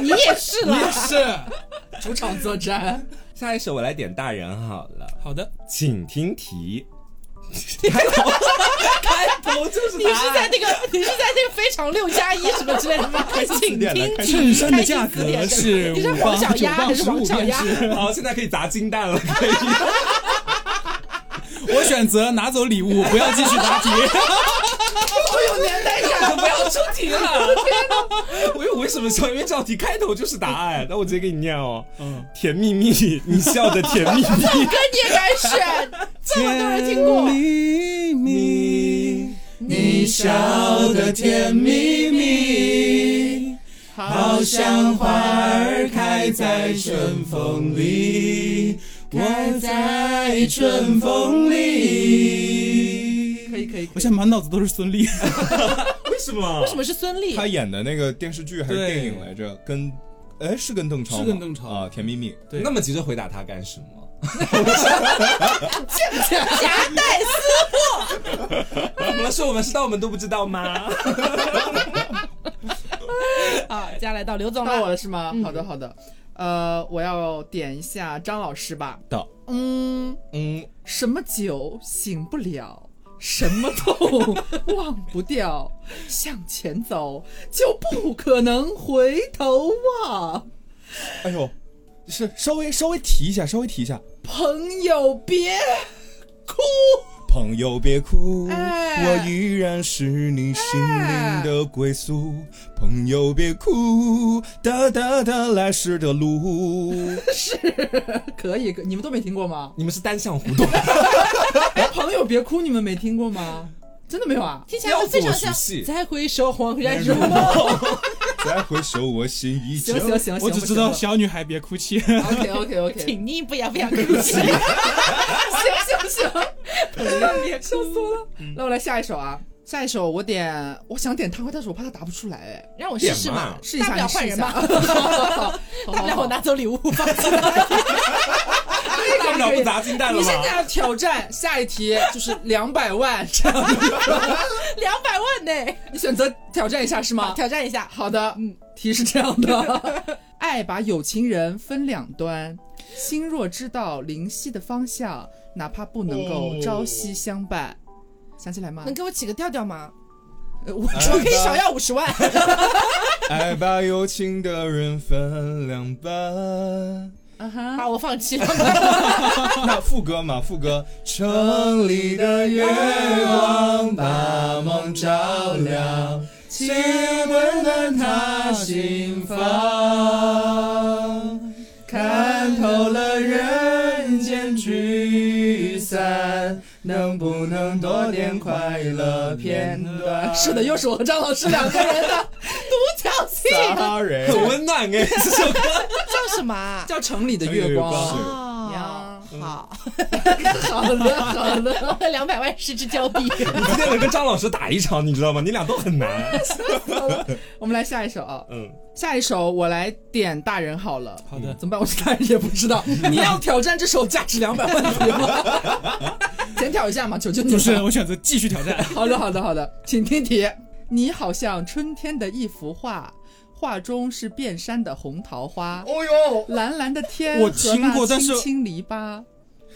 Speaker 1: 你也是了。
Speaker 4: 是
Speaker 6: 主场作战。
Speaker 2: 下一首我来点大人好了，
Speaker 4: 好的。
Speaker 2: 请听题。开头，开头就是
Speaker 1: 你是在那个，你是在那个非常六加一什么之类的吗？请
Speaker 5: 点了
Speaker 1: 听
Speaker 5: 开
Speaker 1: 请
Speaker 4: 衬衫的
Speaker 1: 开
Speaker 4: 价
Speaker 1: 始词典
Speaker 4: 格是
Speaker 1: 你是
Speaker 4: 五
Speaker 1: 黄
Speaker 4: 磅
Speaker 1: 小
Speaker 4: 九
Speaker 1: 鸭还
Speaker 4: 磅
Speaker 1: 是
Speaker 4: 十
Speaker 1: 黄
Speaker 4: 五
Speaker 1: 小
Speaker 4: 便
Speaker 1: 鸭？
Speaker 4: 士。
Speaker 2: 好，现在可以砸金蛋了，可以。
Speaker 4: 我选择拿走礼物，不要继续答题。
Speaker 6: 不要出题了，
Speaker 2: 我又为什么笑？因为这道题开头就是答案，那我直接给你念哦。
Speaker 4: 嗯，
Speaker 2: 甜蜜蜜，你笑的甜蜜蜜，
Speaker 1: 哥，你也敢选？这么多人听过，
Speaker 2: 甜蜜蜜，
Speaker 5: 你笑得甜蜜蜜，好像花儿开在春风里，开在春风里。
Speaker 3: 可以可以，可
Speaker 4: 我
Speaker 3: 以
Speaker 4: 现在满脑子都是孙俪。
Speaker 2: 为什么？为
Speaker 1: 为什？么是孙俪？
Speaker 5: 他演的那个电视剧还是
Speaker 4: 对
Speaker 5: 电影来着？跟，哎，是跟邓超吗，
Speaker 4: 是跟邓超
Speaker 5: 啊，《甜蜜蜜》。
Speaker 4: 对
Speaker 2: 那么急着回答他干什么？
Speaker 1: 夹带私
Speaker 2: 怎么了？是我们是到我们都不知道吗？
Speaker 1: 啊！接下来到刘总
Speaker 3: 到我
Speaker 1: 了，
Speaker 3: 了是吗？好的好的，呃，我要点一下张老师吧。
Speaker 5: 到，
Speaker 3: 嗯，
Speaker 5: 嗯，
Speaker 3: 什么酒醒不了，什么痛忘不 掉，向前走就不可能回头望。
Speaker 5: 哎呦，是稍微稍微提一下，稍微提一下，
Speaker 3: 朋友别哭，
Speaker 5: 朋友别哭，
Speaker 3: 哎
Speaker 5: 我依然是你心灵的归宿。朋友别哭，哒哒哒，来时的路。
Speaker 3: 可以，你们都没听过吗？
Speaker 2: 你们是单向互动，
Speaker 3: 哎，朋友别哭，你们没听过吗？真的没有啊？
Speaker 1: 听起来会非常
Speaker 2: 要
Speaker 1: 像
Speaker 2: 做熟悉。
Speaker 1: 再回首，恍然如梦。
Speaker 5: 再回首，我心依旧
Speaker 3: 行。行行，
Speaker 4: 我
Speaker 3: 行
Speaker 4: 只
Speaker 3: 不
Speaker 4: 知
Speaker 3: 行
Speaker 4: 道
Speaker 3: 了
Speaker 4: 小女孩别哭泣，
Speaker 3: OK OK OK，
Speaker 1: 请你不要不要客气，
Speaker 3: 行行行，别笑死我了。那我来下一首啊，下一首我点，我想点他会，但是我怕他答不出来，哎，
Speaker 1: 让我试试嘛，
Speaker 3: 试一
Speaker 1: 大
Speaker 3: 下，
Speaker 1: 不了换人
Speaker 3: 吧，
Speaker 1: 嘛， 大
Speaker 3: 大
Speaker 1: 不了我拿走礼物放进来。
Speaker 2: 大不了不砸金蛋了
Speaker 3: 你
Speaker 2: 嘛
Speaker 3: 现。在要挑战下一题就是两百万，这样
Speaker 1: 两百万呢？
Speaker 3: 你选择挑战一下是吗？
Speaker 1: 挑战一下，
Speaker 3: 好的，嗯，题是这样的： 爱把有情人分两端，心若知道灵犀的方向，哪怕不能
Speaker 2: 哦
Speaker 3: 够朝夕相伴。想起来吗
Speaker 1: 能？给我起个调调吗？
Speaker 3: 呃我
Speaker 1: 我可以少要五十 万。
Speaker 5: 爱把有情的人分两半。
Speaker 3: 啊哈，
Speaker 1: 好，我放弃。
Speaker 5: 那副歌嘛，副歌。城里的月光把梦照亮，请温暖他心房。看透了人间聚散，能不能多点快乐片 段？
Speaker 3: 是的，又是我和张老师两个人 的独角戏，
Speaker 5: Sorry，
Speaker 2: 很温暖哎，这首歌
Speaker 1: 叫什么啊？
Speaker 3: 叫《城里的月光》
Speaker 5: 城里的月光
Speaker 1: 哦，好，
Speaker 3: 好的，好的，
Speaker 1: 我和 两百万失之交臂。
Speaker 2: 你今天能跟张老师打一场，你知道吗？你俩都很难。
Speaker 3: 我们来下一首啊，
Speaker 2: 嗯，
Speaker 3: 下一首我来点大人好了。
Speaker 4: 好的
Speaker 3: 怎么办？我大人也不知道。你要挑战这首价值两百万的题吗？ 检讨一下嘛，求求你
Speaker 4: 主
Speaker 3: 了。
Speaker 4: 持人，我选择继续挑战。
Speaker 3: 好的，好的，好的，请听题。你好像春天的一幅画，画中是遍山的红桃花。哦呦，蓝蓝的天
Speaker 4: 我
Speaker 3: 和
Speaker 4: 听
Speaker 3: 那
Speaker 4: 过但是
Speaker 3: 青青篱笆，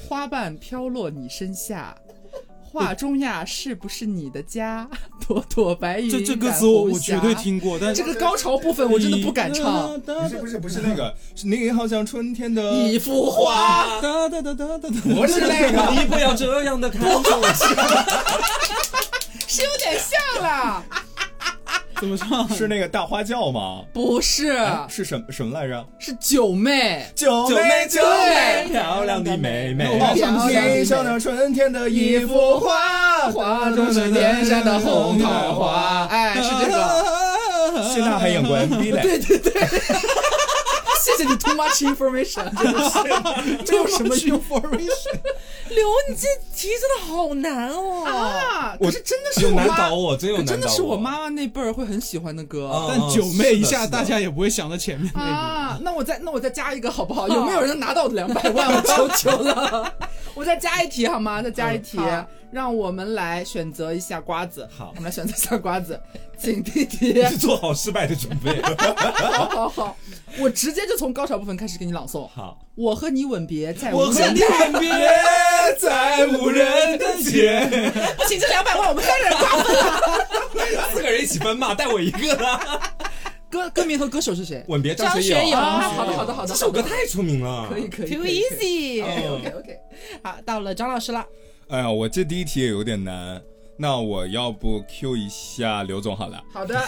Speaker 3: 花瓣飘落你身下。画中呀，是不是你的家？ 朵朵白云
Speaker 4: 这这歌
Speaker 3: 染
Speaker 4: 词我
Speaker 3: 红
Speaker 4: 我
Speaker 3: 霞
Speaker 4: 绝对。听过，但
Speaker 3: 这个高潮部分我真的不敢唱。。
Speaker 5: 不是不是不是那个， 是你好像春天的
Speaker 3: 啊 一幅画，
Speaker 4: 哒哒哒哒哒哒。
Speaker 5: 不是那个，
Speaker 2: 你不要这样的看我。
Speaker 3: 是有点像啦，
Speaker 4: 怎么唱？啊
Speaker 5: 是那个大花轿吗？哎
Speaker 3: 不是，
Speaker 5: 是什么什么来着？
Speaker 3: 是九妹。
Speaker 5: 九
Speaker 2: 九妹九妹
Speaker 3: 妹，
Speaker 2: 漂亮的妹妹。
Speaker 3: 哦
Speaker 5: 地上的春天的一 幅画，
Speaker 3: 画中是天山的红桃花， 哎，是这个。
Speaker 4: 个
Speaker 5: 谢娜还演过 MV 嘞。
Speaker 3: 对对对，谢谢你 too much information，真的是，这有什么用
Speaker 5: information？
Speaker 1: 刘，你这题真的好难哦。
Speaker 3: 啊？
Speaker 5: 我
Speaker 3: 可是真的是
Speaker 2: 有
Speaker 3: 我
Speaker 2: 难
Speaker 3: 妈
Speaker 2: 倒，我，真有难倒啊嗯
Speaker 3: 真的是我妈妈那辈儿会很喜啊欢的歌。
Speaker 4: 但九妹一下，
Speaker 2: 是的
Speaker 4: 大家也不会想到前面那
Speaker 3: 啊，那我再那我再加一个好不好？有没有人拿到我的两百 万？我求求了！我再加一题好吗？再加一题
Speaker 1: 嗯好，
Speaker 3: 让我们来选择一下瓜子。
Speaker 2: 好
Speaker 3: 我们来选择一下瓜子， 请 听题。
Speaker 2: 是做好失败的准备。
Speaker 3: 好好好，我直接就从高潮部分开始给你朗诵。
Speaker 2: 好，
Speaker 3: 我和你吻别，在
Speaker 2: 我
Speaker 3: 无
Speaker 2: 和
Speaker 3: 人
Speaker 2: 你吻别在无人的街，
Speaker 1: 不行，这两百 万我们三人瓜分。
Speaker 2: 四个人一起分嘛，带我一个啊啦。
Speaker 3: 歌歌名和歌手是谁？
Speaker 2: 吻别
Speaker 1: 张
Speaker 2: 学
Speaker 1: 学友
Speaker 3: 啊，
Speaker 1: 张学
Speaker 3: 好的好的好的，
Speaker 2: 这首歌太出名了。
Speaker 3: 可以可以
Speaker 1: Too
Speaker 3: 可以哦
Speaker 1: easy。
Speaker 3: OK OK，
Speaker 1: 好，到了张老师了。
Speaker 5: 哎呀，我这第一题也有点难，那我要不 Q 一下刘总好了。
Speaker 3: 好的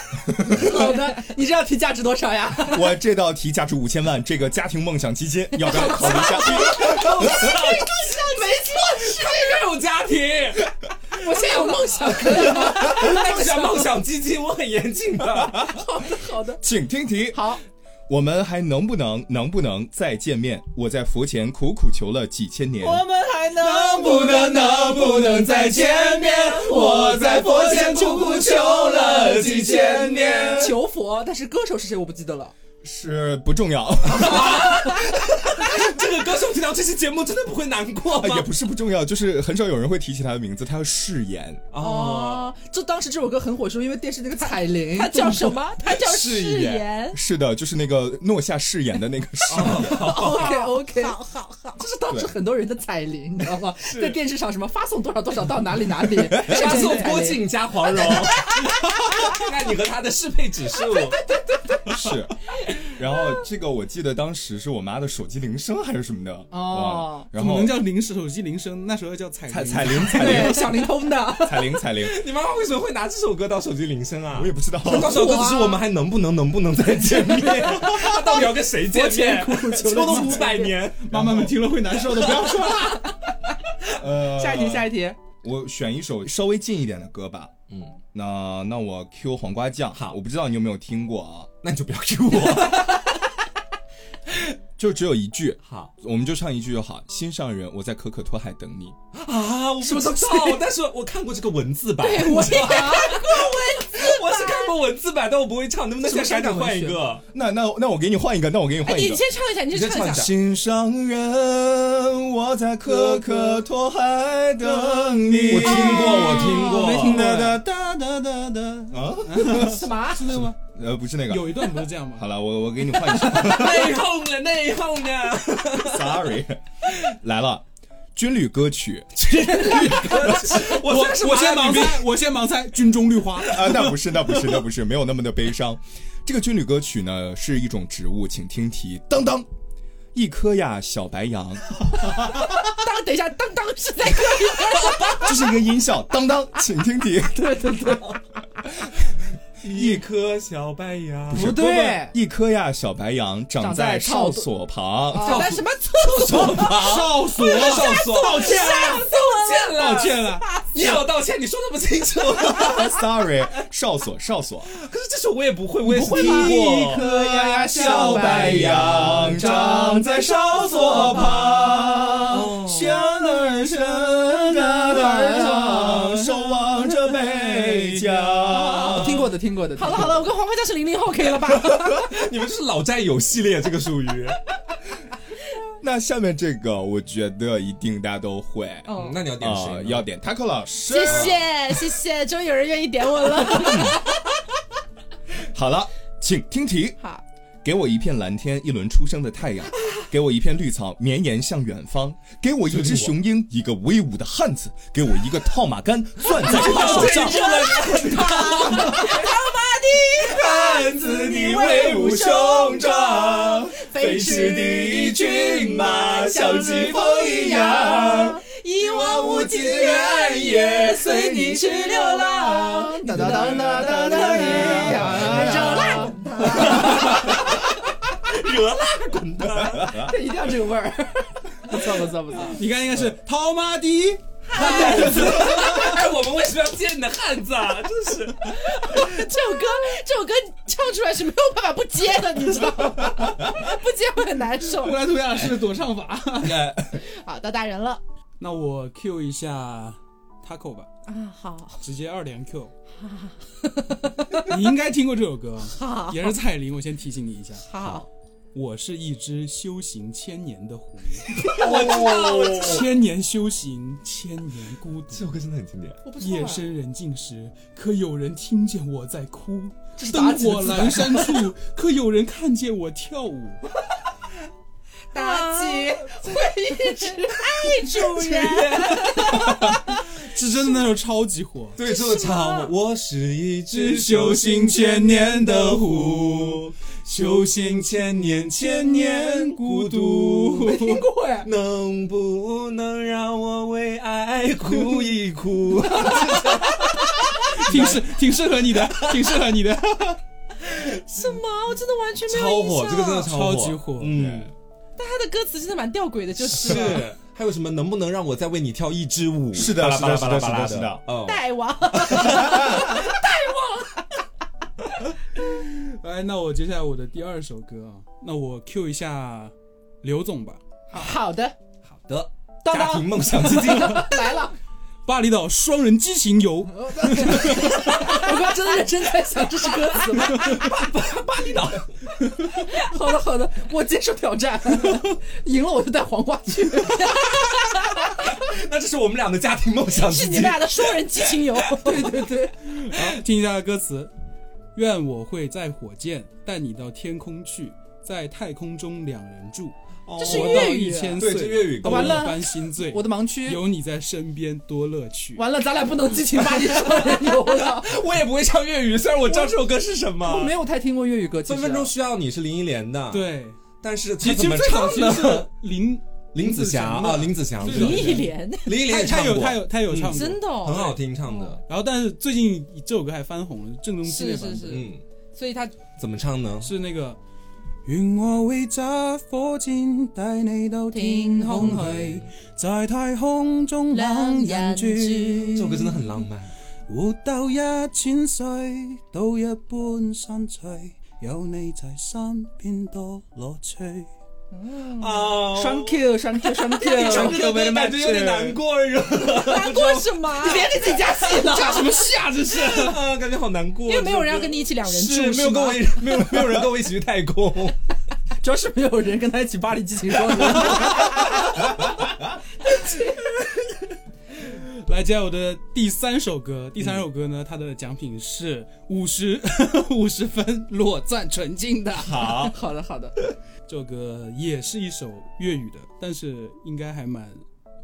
Speaker 3: 好的，你这道题价值多少呀？
Speaker 5: 我这道题价值五千万，这个家庭梦想基金要不要考虑一下？
Speaker 3: 没错，
Speaker 2: 这种家庭，
Speaker 3: 我现在有梦想，可以吗？
Speaker 2: 梦想梦想基金，我很严谨的。
Speaker 3: 好的
Speaker 5: 请听题。
Speaker 3: 好，
Speaker 5: 我们还能不能能不能再见面？我在佛前苦苦求了几千年。
Speaker 3: 我们还能
Speaker 2: 不能能不能再见面？我在佛前苦苦求了几千年。
Speaker 3: 求佛，但是歌手是谁我不记得了。
Speaker 5: 是不重要，
Speaker 2: 这个歌手听到这期节目真的不会难过
Speaker 5: 啊，也
Speaker 2: 吗？
Speaker 5: 不是不重要，就是很少有人会提起他的名字，他叫誓言。
Speaker 2: 哦，
Speaker 3: 哦，就当时这首歌很火，是因为电视那个彩铃，
Speaker 1: 他叫什么？他叫
Speaker 5: 誓
Speaker 1: 誓言。
Speaker 5: 是的，就是那个诺夏誓言的那个誓
Speaker 3: 哦
Speaker 5: 言。
Speaker 3: ？OK OK，
Speaker 1: 好好好，
Speaker 3: 这是当时很多人的彩铃，你知道吗？在电视上什么发送多少多少到哪里哪里，
Speaker 2: 发送郭
Speaker 3: 郭靖。
Speaker 2: 靖加黄 蓉，看看你和他的适配指 数。
Speaker 5: 是，然后这个我记得当时是我妈的手机铃声还是什么的
Speaker 3: 哦
Speaker 5: 哇
Speaker 4: 怎
Speaker 5: 然
Speaker 4: 么
Speaker 5: 后
Speaker 4: 能叫铃手机铃声？那时候叫彩
Speaker 5: 彩
Speaker 4: 铃
Speaker 5: 彩铃彩
Speaker 3: 对，
Speaker 5: 铃
Speaker 3: 小灵通的，
Speaker 5: 彩铃彩铃，
Speaker 2: 你妈妈为什么会拿这首歌当手机铃声啊
Speaker 5: 我？也不 知道。
Speaker 2: 到时候只是我们还能不能能不能再见 面？他到底要跟谁见面？求了五百年，
Speaker 4: 妈妈们听了会难受的，不要说了。
Speaker 5: 呃，
Speaker 3: 下一题，下一题，
Speaker 5: 我选一首稍微近一点的歌吧。嗯，那那我 Q 黄瓜酱。
Speaker 2: 好
Speaker 5: 我不知道你有没有听过啊，
Speaker 2: 那你就不要 Q 我。
Speaker 5: 就只有一句，
Speaker 2: 好
Speaker 5: 我们就唱一句就好。心上人，我在可可托海等你。
Speaker 2: 啊，我不知道，但 是我看过这个文字版，
Speaker 3: 对我也
Speaker 2: 我是看过文字版，但我不会唱，能不能再赶紧换一个？
Speaker 5: 那那那我给你换一个，那我给你
Speaker 1: 哎，
Speaker 5: 换
Speaker 1: 你
Speaker 5: 一个。
Speaker 1: 先唱一下，你先唱一下。
Speaker 5: 心上人，我在可可托海等你。
Speaker 4: 我听过我听过
Speaker 5: 没听过
Speaker 4: 哒
Speaker 5: 呀
Speaker 4: 哒哒哒哒哒，
Speaker 5: 啊？
Speaker 3: 什么？
Speaker 4: 是那个吗？
Speaker 5: 呃，不是那个。
Speaker 4: 有一段不是这样
Speaker 5: 好
Speaker 4: 吗？
Speaker 5: 了，我我给你换一 首
Speaker 2: 内
Speaker 1: 啊
Speaker 2: 讧了，内讧了。
Speaker 5: ，Sorry，来了，军旅歌曲
Speaker 2: 我
Speaker 4: 我
Speaker 2: 算是
Speaker 4: 我先
Speaker 2: 麻辣
Speaker 4: 盲
Speaker 2: 女兵
Speaker 4: 猜，我先盲猜，军中绿花。
Speaker 5: 啊，那不是，那不是，那不是，没有那么的悲伤。这个军旅歌曲呢是一种植物，请听题：当当，一颗呀小白杨，
Speaker 3: 当等一下，当当是在歌里，
Speaker 5: 这是一个音效。当当，请听题：
Speaker 3: 对对对，
Speaker 2: 一颗小白 杨，
Speaker 3: 不对，
Speaker 5: 一颗呀小白杨长
Speaker 3: 长在
Speaker 5: 在
Speaker 3: 哨
Speaker 5: 哨所旁。
Speaker 3: 长在什么 厕所？
Speaker 2: 少索，少索，道歉，道歉了，
Speaker 4: 抱 歉了，
Speaker 2: 你有道歉，你说那么清楚。
Speaker 5: Sorry，哨所，哨所。
Speaker 2: 可是这首我也不会，我也是
Speaker 5: 一
Speaker 2: 听过。
Speaker 5: 颗呀小白杨长在哨所旁，旋儿旋儿唱，守望着北疆。
Speaker 3: 听过的，听过的。
Speaker 1: 好了好了，我跟黄瓜酱是零零后，可以 了吧？
Speaker 2: 你们就是老战友系列，这个属于。
Speaker 5: 那下面这个，我觉得一定大家都会
Speaker 1: 哦
Speaker 5: 啊、
Speaker 2: 嗯 那你要点谁呢？
Speaker 5: 要点 Taco 老师。
Speaker 1: 谢。谢谢谢，终于有人愿意点我 了。
Speaker 5: 好了，请听题。
Speaker 1: 好，
Speaker 5: 给我一片蓝天，一轮初升的太阳；给我一片绿草，绵延向远方；给我一只雄鹰，一个威武的汉子；给我一个套马杆，攥在他手 上。
Speaker 2: 汉子你威武雄壮，
Speaker 1: 飞
Speaker 2: 驰的骏马像疾风一样，
Speaker 1: 一望
Speaker 2: 无际的原野随你去流
Speaker 1: 浪。
Speaker 3: 哒哒哒哒哒哒呀！
Speaker 2: 热辣滚烫。
Speaker 3: 这一定要这个味儿， 不错不错不错。
Speaker 4: 你看应该是套马的。
Speaker 2: 哎，我们为什么要见你的汉子啊？真
Speaker 1: 这
Speaker 2: 是。
Speaker 1: 首歌，这首歌唱出来是没有办法不接的，你知道吗？不接会很难受
Speaker 4: 布。莱图亚是躲唱法。
Speaker 1: 好，到大人了
Speaker 4: 那我 Q 一下 Taco 吧，
Speaker 1: 啊，好
Speaker 4: 直接二连 Q。你应该听过这首歌，
Speaker 1: 好
Speaker 4: 也是彩铃。我先提醒你一下，
Speaker 1: 好，
Speaker 4: 我是一只修行千年的狐狸，
Speaker 2: 我知道，我知道。
Speaker 4: 千年修行，千年孤独。
Speaker 2: 这首歌真的很经典。
Speaker 1: 我不错
Speaker 4: 夜深人静时，可有人听见我在哭？
Speaker 2: 妲
Speaker 4: 灯
Speaker 2: 己的
Speaker 4: 火
Speaker 2: 自白
Speaker 4: 阑珊处，可有人看见我跳舞？
Speaker 1: 妲己会一直爱主人。
Speaker 4: 是真的那时候超级火。
Speaker 2: 对，这个超。我是一
Speaker 4: 只修行千年的狐，修行千年，千年孤独。
Speaker 3: 过哎，
Speaker 2: 能不能让我为爱哭一 哭？
Speaker 4: 挺适挺适合你的，挺适合你的，
Speaker 1: 什么？我真的完全没有
Speaker 2: 超
Speaker 1: 印
Speaker 2: 火，
Speaker 1: 象
Speaker 2: 这个真的
Speaker 4: 超
Speaker 2: 火，
Speaker 4: 级火。
Speaker 2: 嗯，
Speaker 1: 但他的歌词真的蛮吊诡的，就是了
Speaker 2: 是。还有什么能不能让我再为你跳一支舞？
Speaker 5: 是的
Speaker 2: 巴拉
Speaker 5: 是的
Speaker 2: 巴拉
Speaker 5: 是的
Speaker 2: 巴拉
Speaker 5: 是的
Speaker 2: 巴拉
Speaker 5: 是
Speaker 2: 哦，
Speaker 1: 大王，
Speaker 4: 哎，那我接下来我的第二首歌啊，那我 Q 一下刘总吧。
Speaker 3: 好的，
Speaker 2: 好的，
Speaker 3: 当
Speaker 2: 家
Speaker 3: 当
Speaker 2: 庭梦想基金。
Speaker 3: 来了，
Speaker 4: 巴厘岛双人激情游，
Speaker 3: 我刚真的认真在想这是歌词吗？
Speaker 2: 巴厘岛，
Speaker 3: 好的好的，我接受挑战，赢了我就带黄瓜 去。
Speaker 2: 那这是我们俩的家庭梦想之
Speaker 1: 是
Speaker 2: 一。
Speaker 1: 你们俩的双人激情游，
Speaker 3: 对对对，
Speaker 4: 好，听一下歌词：愿我会在火箭带你到天空去，在太空中两人住，
Speaker 2: 哦
Speaker 3: 这是
Speaker 4: 活到
Speaker 3: 粤
Speaker 4: 一
Speaker 3: 语啊
Speaker 4: 千
Speaker 2: 对，这
Speaker 4: 岁，
Speaker 2: 粤语歌
Speaker 4: 多
Speaker 3: 完了
Speaker 4: 翻新醉，
Speaker 3: 我的盲区。
Speaker 4: 有你在身边多乐趣。
Speaker 3: 完了，咱俩不能激情巴黎双人游 了。
Speaker 2: 我也不会唱粤语，虽然我知道这首歌是什么。
Speaker 3: 我没有太听过粤语歌，其实
Speaker 2: 分
Speaker 3: 啊
Speaker 2: 分钟需要你是林忆莲的，，
Speaker 4: 对，
Speaker 2: 但是他
Speaker 4: 其
Speaker 2: 怎
Speaker 4: 实
Speaker 2: 么
Speaker 4: 最
Speaker 2: 唱
Speaker 4: 早期是
Speaker 2: 呢？
Speaker 4: 林
Speaker 2: 林子祥啊， 林子祥，
Speaker 4: 最
Speaker 2: 对
Speaker 4: 早
Speaker 1: 林忆 莲，
Speaker 2: 林忆莲也
Speaker 4: 他
Speaker 2: 唱
Speaker 4: 有
Speaker 2: 过，
Speaker 4: 他有他有
Speaker 2: 嗯
Speaker 4: 唱过，
Speaker 1: 真的哦
Speaker 2: 很好听唱的，
Speaker 4: 然后，但是最近这首歌还翻红了，郑中基那版本
Speaker 3: 是是是
Speaker 2: 嗯，
Speaker 3: 所以他
Speaker 2: 怎么唱呢？
Speaker 4: 是那个。愿我会揸火箭带你到天空去，在太空中兩人住。
Speaker 2: 这首歌真的很浪漫，
Speaker 4: 活到一千岁，都一般散趣，有你在身边多乐趣。
Speaker 2: 啊
Speaker 3: 双 Q 双 Q 双 Q
Speaker 2: 双 Q 没感觉有点难过哟，
Speaker 1: 难过什么？ 你别给自己加戏了，
Speaker 4: 加什么戏啊？这是
Speaker 2: 啊，感觉好难过，
Speaker 1: 因为没有人要跟你一起两人
Speaker 2: 是
Speaker 1: 住，
Speaker 2: 没有跟我一没有没有人跟我一起去太空，
Speaker 3: 主要是没有人跟他一起巴黎激情双人游。
Speaker 4: 来接下来我的第三首歌，第三首歌呢，它的奖品是五十五十分裸赞纯净的。
Speaker 2: 好，
Speaker 3: 好的好的，
Speaker 4: 这首歌也是一首粤语的，但是应该还蛮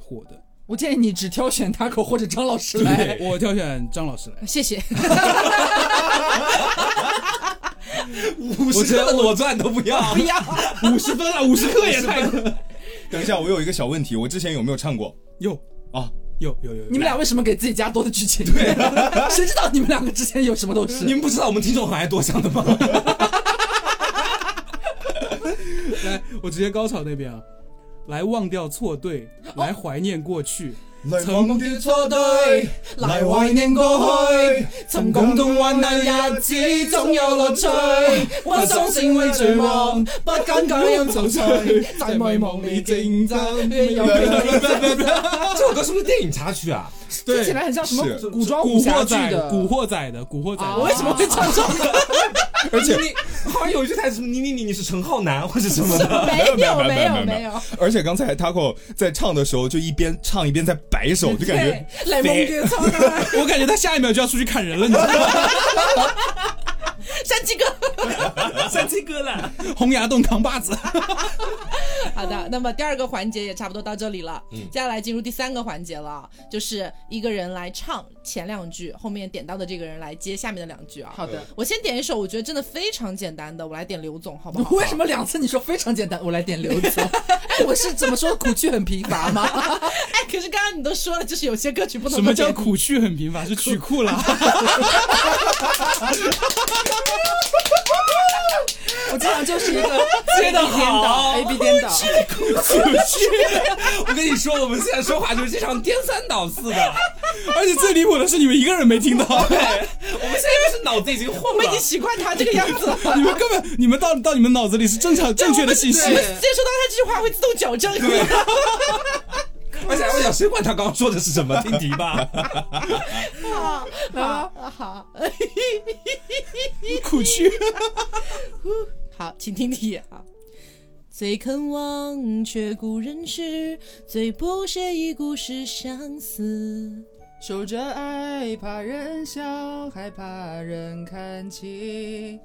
Speaker 4: 火的。
Speaker 3: 我建议你只挑选 Taco 或者张老师来。
Speaker 4: 我挑选张老师来。
Speaker 1: 谢谢。
Speaker 2: 五十克的裸钻都不 要，不要，
Speaker 4: 五十分了，五十克也太 多。
Speaker 5: 等一下，我有一个小问题，我之前有没有唱过？
Speaker 4: 有
Speaker 5: 啊，
Speaker 4: 有有有，有
Speaker 3: 你们俩为什么给自己加多的剧情？对， 谁知道你们两个之前有什么都
Speaker 2: 你
Speaker 3: 是？
Speaker 2: 们不知道我们听众很爱多想的吗？
Speaker 4: 来，我直接高潮那边啊，来忘掉错对，来怀念过去，
Speaker 5: 来
Speaker 4: 曾
Speaker 5: 忘掉错对，哦来怀念过去，曾共同患难日子总有樂趣，不想成為絕望，不敢感恩憔悴，在迷茫裏掙扎。
Speaker 3: 哎
Speaker 2: 这首歌是不是电影插曲啊？
Speaker 3: 听起来很像什么
Speaker 5: 是
Speaker 3: 古装
Speaker 4: 古
Speaker 3: 武侠
Speaker 4: 惑
Speaker 3: 剧
Speaker 4: 仔
Speaker 3: 的。
Speaker 4: 古惑仔的，古惑仔的。
Speaker 3: 我为什么会唱这首歌？
Speaker 5: 而且
Speaker 2: 你好像有一句台词，你你你你是陈浩南或者什么的，
Speaker 1: 没
Speaker 5: 没有
Speaker 1: 有
Speaker 5: 没
Speaker 1: 没
Speaker 5: 有
Speaker 1: 有
Speaker 5: 没
Speaker 1: 没
Speaker 5: 有
Speaker 1: 有，
Speaker 5: 而且刚才 Taco 在唱的时候，就一边唱一边在摆手，就感觉
Speaker 1: 雷蒙哥操他！
Speaker 4: 啊我感觉他下一秒就要出去砍人了，你知道吗？
Speaker 1: 山 鸡哥。
Speaker 2: 三七哥了。
Speaker 4: 洪崖洞扛把子。
Speaker 1: 好的，那么第二个环节也差不多到这里了，
Speaker 2: 嗯
Speaker 1: 接下来进入第三个环节了，就是一个人来唱前两句，后面点到的这个人来接下面的两句啊。
Speaker 3: 好的，
Speaker 1: 我先点一首，我觉得真的非常简单的，我来点刘总好不好？
Speaker 3: 为什么两次你说非常简单？我来点刘总。哎，我是怎么说苦趣很贫乏吗？
Speaker 1: 哎，可是刚刚你都说了，就是有些歌曲不能
Speaker 4: 什么
Speaker 1: 够
Speaker 4: 叫
Speaker 1: 点
Speaker 4: 苦趣很贫乏？是曲库啦。
Speaker 3: 我经常就是一个接的颠倒
Speaker 2: 好
Speaker 3: ，A B 颠倒。
Speaker 2: 我跟你说，我们现在说话就是经常颠三倒四的，
Speaker 4: 而且最离谱的是，你们一个人没听到，
Speaker 2: 我们现在就是脑子已经混
Speaker 1: 我们已经
Speaker 2: 了。
Speaker 1: 习惯他这个样子了。
Speaker 4: 你们根本你们到到你们脑子里是正常正确的信息
Speaker 1: 我。们接收到他这句话会自动矫正。
Speaker 2: 而且我想，谁管他刚刚说的是什么？听题吧。
Speaker 1: 好， 好，好，
Speaker 4: 苦趣，
Speaker 1: 好，请听题啊。最肯忘却故人事，最不屑一顾是相思。
Speaker 3: 守着爱，怕人笑，还怕人看清。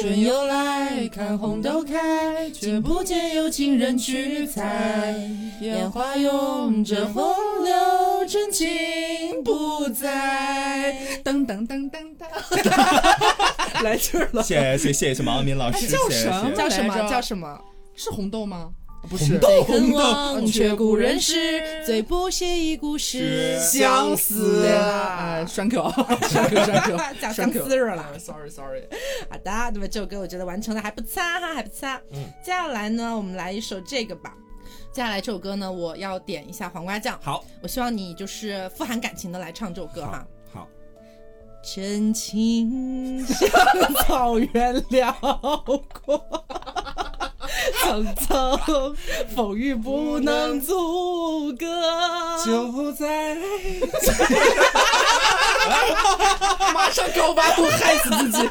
Speaker 1: 春又来，看红豆开，
Speaker 3: 却
Speaker 1: 君不
Speaker 3: 不见
Speaker 1: 见
Speaker 3: 有
Speaker 1: 有
Speaker 3: 情
Speaker 1: 情
Speaker 3: 人
Speaker 1: 人
Speaker 3: 去
Speaker 1: 去
Speaker 3: 采
Speaker 1: 采。
Speaker 3: 烟
Speaker 1: 烟
Speaker 3: 花
Speaker 1: 花
Speaker 3: 拥
Speaker 1: 拥
Speaker 3: 着
Speaker 1: 着
Speaker 3: 风
Speaker 1: 风
Speaker 3: 流
Speaker 1: 流
Speaker 3: 真
Speaker 1: 真
Speaker 3: 情
Speaker 1: 情
Speaker 3: 不
Speaker 1: 不
Speaker 3: 在
Speaker 1: 在。
Speaker 3: 噔噔噔噔噔， 来劲儿了。
Speaker 5: 谢谢谢谢马明老师，
Speaker 3: 哎叫
Speaker 5: 谢
Speaker 3: 什么
Speaker 5: 谢。
Speaker 1: 叫什
Speaker 3: 来着
Speaker 1: 么？叫什么？
Speaker 3: 是红豆吗？啊不 是，
Speaker 1: 最肯忘却故人
Speaker 3: 红
Speaker 1: 事，
Speaker 3: 豆
Speaker 1: 最不屑一顾是
Speaker 3: 相思啊！栓 Q，栓 Q，栓 Q，
Speaker 1: 讲相思了啦。
Speaker 3: Sorry Sorry，
Speaker 1: 好的，那么这首歌我觉得完成的还不差哈，还不差。嗯，接下来呢，我们来一首这个吧。接下来这首歌呢，我要点一下黄瓜酱。
Speaker 2: 好，
Speaker 1: 我希望你就是富含感情的来唱这首歌 哈。
Speaker 2: 好，
Speaker 1: 真情像草原辽阔， 层层风雨不能阻隔。
Speaker 2: 就在
Speaker 1: 马上高八度害死自己。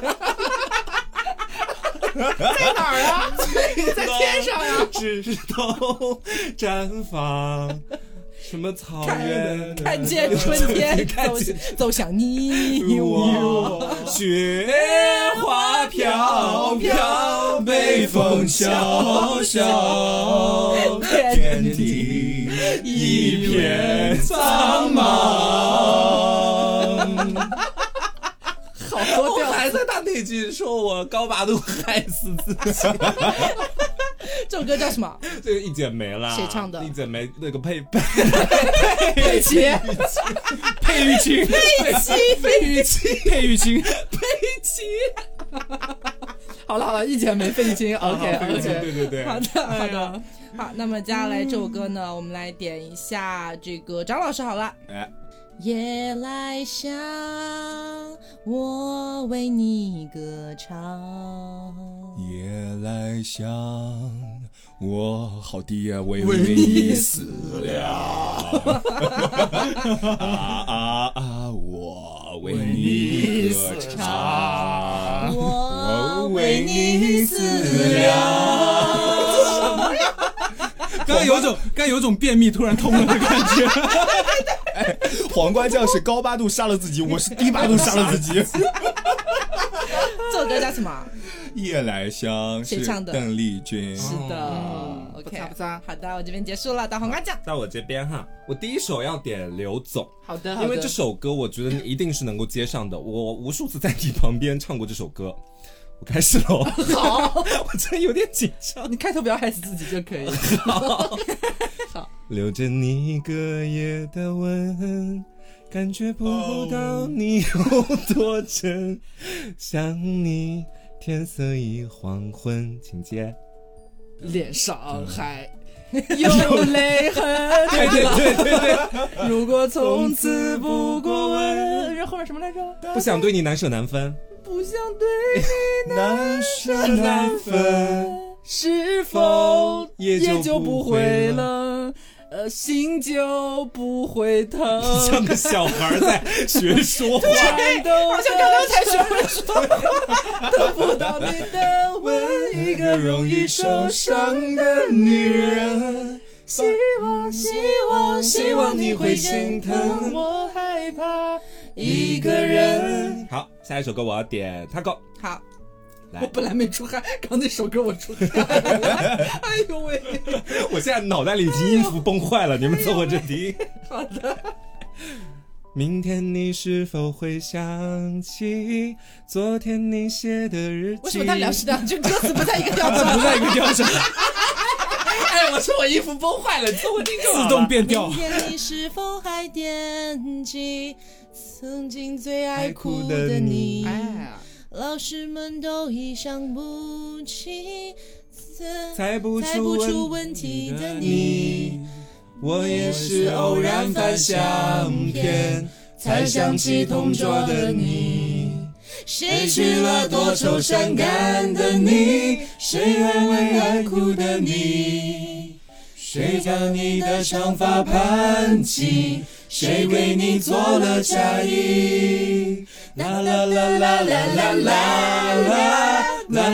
Speaker 1: 在哪儿啊？在天上 呀、
Speaker 2: 枝头绽放。什么草原？
Speaker 1: 看 见春天
Speaker 2: 看
Speaker 1: 走
Speaker 2: 见
Speaker 1: 走向你我。
Speaker 2: 我雪花飘飘，
Speaker 5: 北
Speaker 2: 北
Speaker 5: 风
Speaker 2: 风
Speaker 5: 萧
Speaker 2: 萧萧，
Speaker 5: 萧，
Speaker 1: 天
Speaker 5: 天地
Speaker 2: 一片苍
Speaker 1: 哦
Speaker 2: 茫。
Speaker 1: 好多
Speaker 2: 我
Speaker 1: 调，
Speaker 2: 还在他那句说我高八度害死自己，
Speaker 1: 这首歌叫什么？
Speaker 2: 这个一剪梅啦。
Speaker 1: 谁唱的
Speaker 2: 一剪梅那个配 配
Speaker 1: 佩奇，
Speaker 2: 配玉清，
Speaker 1: 佩奇，
Speaker 2: 配玉清，配玉清，
Speaker 3: 好了好了，一剪没费劲，OK
Speaker 2: 对对
Speaker 3: OK，
Speaker 2: 对对对，
Speaker 1: 好的，好
Speaker 3: 哎呀
Speaker 1: 的，好。那么接下来这首歌呢，我们来点一下这个张老师好了。
Speaker 2: 哎，
Speaker 1: 夜来香，我为你歌唱。
Speaker 5: 夜来香，我好低呀、为你死了啊啊啊！我为你歌唱，
Speaker 1: 我
Speaker 5: 我
Speaker 1: 为
Speaker 5: 为
Speaker 1: 你
Speaker 5: 你
Speaker 1: 死
Speaker 5: 死
Speaker 1: 了。
Speaker 5: 了。
Speaker 4: 刚刚有种，刚刚有种便秘突然痛了 的感觉。
Speaker 5: 黄瓜酱是高八度杀了自己，我是低八度杀了自己。
Speaker 1: 这首歌叫什么？
Speaker 5: 夜来香
Speaker 1: 谁
Speaker 5: 是
Speaker 1: 唱的
Speaker 5: 邓丽君，
Speaker 1: 是的
Speaker 2: 哦
Speaker 1: 嗯，OK，
Speaker 3: 不差
Speaker 1: 好的，我这边结束了，到黄瓜酱。
Speaker 2: 到我这边哈，我第一首要点刘总，
Speaker 3: 好的好
Speaker 2: 因为这
Speaker 3: 的。
Speaker 2: 首歌我觉得你一定是能够接上的。我无数次在你旁边唱过这首歌，我开始喽。好，我真有点紧张。
Speaker 3: 你开头不要害死自己就可以。
Speaker 2: 留着你隔夜的吻，感觉不到你有多真。想你，天色已黄昏，请接。
Speaker 3: 脸上还 有泪痕。
Speaker 2: 对对对对对，
Speaker 3: 如果从此不过 问，然后面什么来着？
Speaker 2: 不想对你难舍难分。
Speaker 3: 不想对你
Speaker 5: 难舍难分。
Speaker 3: 是否
Speaker 2: 也就
Speaker 3: 也就
Speaker 2: 不
Speaker 3: 不
Speaker 2: 会
Speaker 3: 会冷，呃，心就不会疼。
Speaker 2: 你像个小孩在学说话。
Speaker 3: 颤抖好像刚刚才学会说哎话，得不到你的 吻，一个容易受伤的女人。希望，希望，希望你会心疼。我害怕一个人。
Speaker 2: 好，下一首歌我要点 Taco，
Speaker 1: 好，
Speaker 3: 我
Speaker 2: 来，
Speaker 3: 本来没出汗，刚那首歌我出汗。 哎呦喂！
Speaker 2: 我现在脑袋里已经音符崩坏了，你们凑合着听。
Speaker 3: 好的，
Speaker 2: 明天你是否会想起昨天你写的日记？
Speaker 1: 为什么他聊是两句歌词不在一个调子？
Speaker 4: 不在一个调上，
Speaker 3: 哎，我说我衣服崩坏了，你凑合听就
Speaker 4: 自
Speaker 3: 好
Speaker 4: 动变 调
Speaker 1: 明。天你是否还惦记曾经最爱哭的你？
Speaker 3: 哎，
Speaker 1: 老师们都已想不起，猜
Speaker 2: 猜不
Speaker 1: 猜不出
Speaker 2: 出
Speaker 1: 问题的你，
Speaker 2: 你，我也
Speaker 1: 是
Speaker 2: 是
Speaker 1: 偶
Speaker 2: 偶
Speaker 1: 然翻
Speaker 2: 然翻
Speaker 1: 相
Speaker 2: 相
Speaker 1: 片
Speaker 2: 片，
Speaker 1: 才
Speaker 2: 才
Speaker 1: 想
Speaker 2: 想
Speaker 1: 起
Speaker 2: 起
Speaker 1: 同
Speaker 2: 同
Speaker 1: 桌的
Speaker 2: 桌的
Speaker 1: 你
Speaker 2: 你。
Speaker 1: 谁
Speaker 5: 去
Speaker 1: 娶了
Speaker 5: 了
Speaker 1: 多
Speaker 5: 多
Speaker 1: 愁
Speaker 5: 愁
Speaker 1: 善
Speaker 5: 善
Speaker 1: 感
Speaker 5: 感
Speaker 1: 的
Speaker 5: 的
Speaker 1: 你
Speaker 5: 你？
Speaker 1: 谁安
Speaker 5: 谁安
Speaker 1: 慰
Speaker 5: 慰
Speaker 1: 爱
Speaker 5: 爱
Speaker 1: 哭
Speaker 5: 哭
Speaker 1: 的
Speaker 5: 的
Speaker 1: 你
Speaker 5: 你？
Speaker 1: 谁
Speaker 5: 谁
Speaker 1: 将
Speaker 5: 将
Speaker 1: 你
Speaker 5: 你
Speaker 1: 的
Speaker 5: 的
Speaker 1: 长
Speaker 5: 长
Speaker 1: 发
Speaker 5: 发
Speaker 1: 盘
Speaker 5: 盘
Speaker 1: 起
Speaker 5: 起？
Speaker 1: 谁
Speaker 5: 谁
Speaker 1: 为
Speaker 5: 为
Speaker 1: 你
Speaker 5: 你
Speaker 1: 做
Speaker 5: 做
Speaker 1: 了
Speaker 5: 了
Speaker 1: 嫁
Speaker 5: 嫁
Speaker 1: 衣
Speaker 5: 衣？
Speaker 1: 啦啦
Speaker 5: 啦啦
Speaker 1: 啦
Speaker 5: 啦
Speaker 1: 啦
Speaker 5: 啦
Speaker 1: 啦
Speaker 5: 啦
Speaker 1: 啦啦啦啦啦啦啦啦
Speaker 5: 啦啦啦啦啦啦啦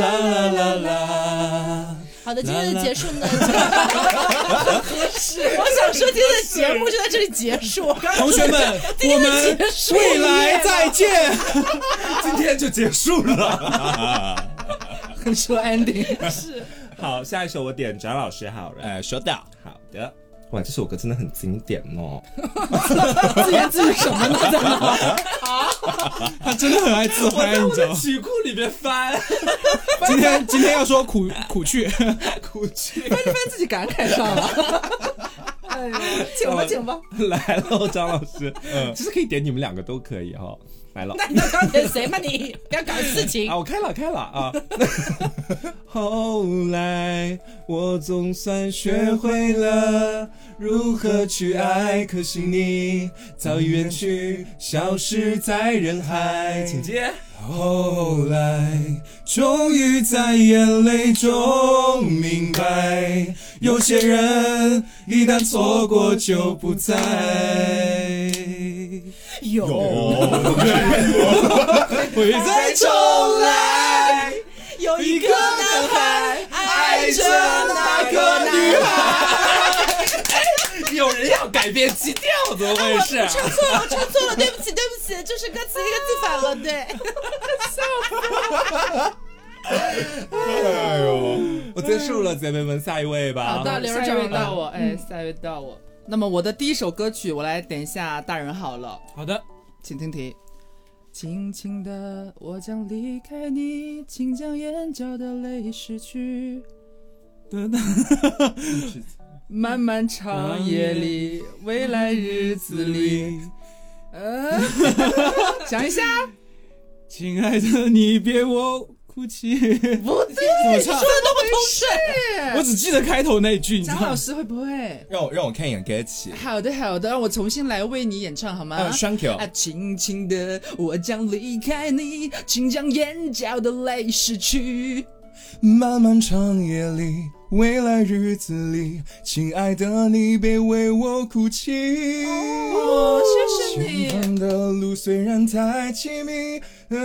Speaker 5: 啦
Speaker 1: 啦啦
Speaker 5: 啦啦。
Speaker 1: 好的，今天的结束呢，合适。 我想说，今天的节目就在这里结束。我刚刚
Speaker 4: 同学们，我们
Speaker 1: 结束
Speaker 4: 未来再见。
Speaker 2: 今天就结束了。
Speaker 3: 很说 ending。
Speaker 2: 好，下一首我点翟老师好了。
Speaker 5: 哎，说到
Speaker 2: 好的，哇，这首歌真的很经典 哦。
Speaker 3: 自言自语 什么呢？在那
Speaker 4: 他真的很爱自嗨，你知道吗？
Speaker 2: 曲库里边翻，
Speaker 4: 今天今天要说苦苦去，
Speaker 2: 哭泣。
Speaker 3: 翻着翻自己感慨上了。 哎呦，请吧，请吧。
Speaker 2: 嗯来喽，张老师，其实可以点你们两个都可以哈、买了
Speaker 1: 那你当成谁嘛你？不要搞事情
Speaker 2: 啊，。我开了开了啊。 后来我总算学会了如何去爱，可惜你早已远去，消失在人海。哎请接。后来，终于在眼泪中明白，有些人一旦错过就不 再。
Speaker 5: 哦
Speaker 2: 会再重 来。有一个男孩爱着那个女孩。有人要改变基调，怎么回事？
Speaker 1: 唱错了，唱错了，对不起，对不起，就是歌词一个字反了，对。
Speaker 5: 哎呦，
Speaker 2: 我结束了，姐妹们，下一位吧。
Speaker 1: 好的刘
Speaker 3: 啊下
Speaker 1: 仁
Speaker 3: 一位
Speaker 1: 成
Speaker 3: 到我，哎，下一位到我。那么我的第一首歌曲，我来点一下《大人好了
Speaker 2: 好的，》，
Speaker 3: 请听题。轻轻的，我将离开你，请将眼角的泪拭 去。漫漫长夜里，未来日子里，呃， 想一下，
Speaker 2: 亲爱的，你别我哭泣。
Speaker 3: 不对，
Speaker 5: 唱
Speaker 3: 说的都不通顺。
Speaker 2: 我只记得开头那一句，你知道
Speaker 3: 张老
Speaker 2: 吗？
Speaker 3: 师会不会？
Speaker 5: 让我让我看一眼歌词。
Speaker 3: 好的，好的，让我重新来为你演唱好吗？
Speaker 5: 嗯，thank you
Speaker 3: 啊，轻轻的，我将离开你，请将眼角的泪拭去。
Speaker 5: 漫漫长夜里，未来日子里，亲爱的你别为我哭泣。
Speaker 3: 哦，谢谢
Speaker 5: 前
Speaker 3: 你。
Speaker 5: 方的路虽然太凄迷，
Speaker 1: 太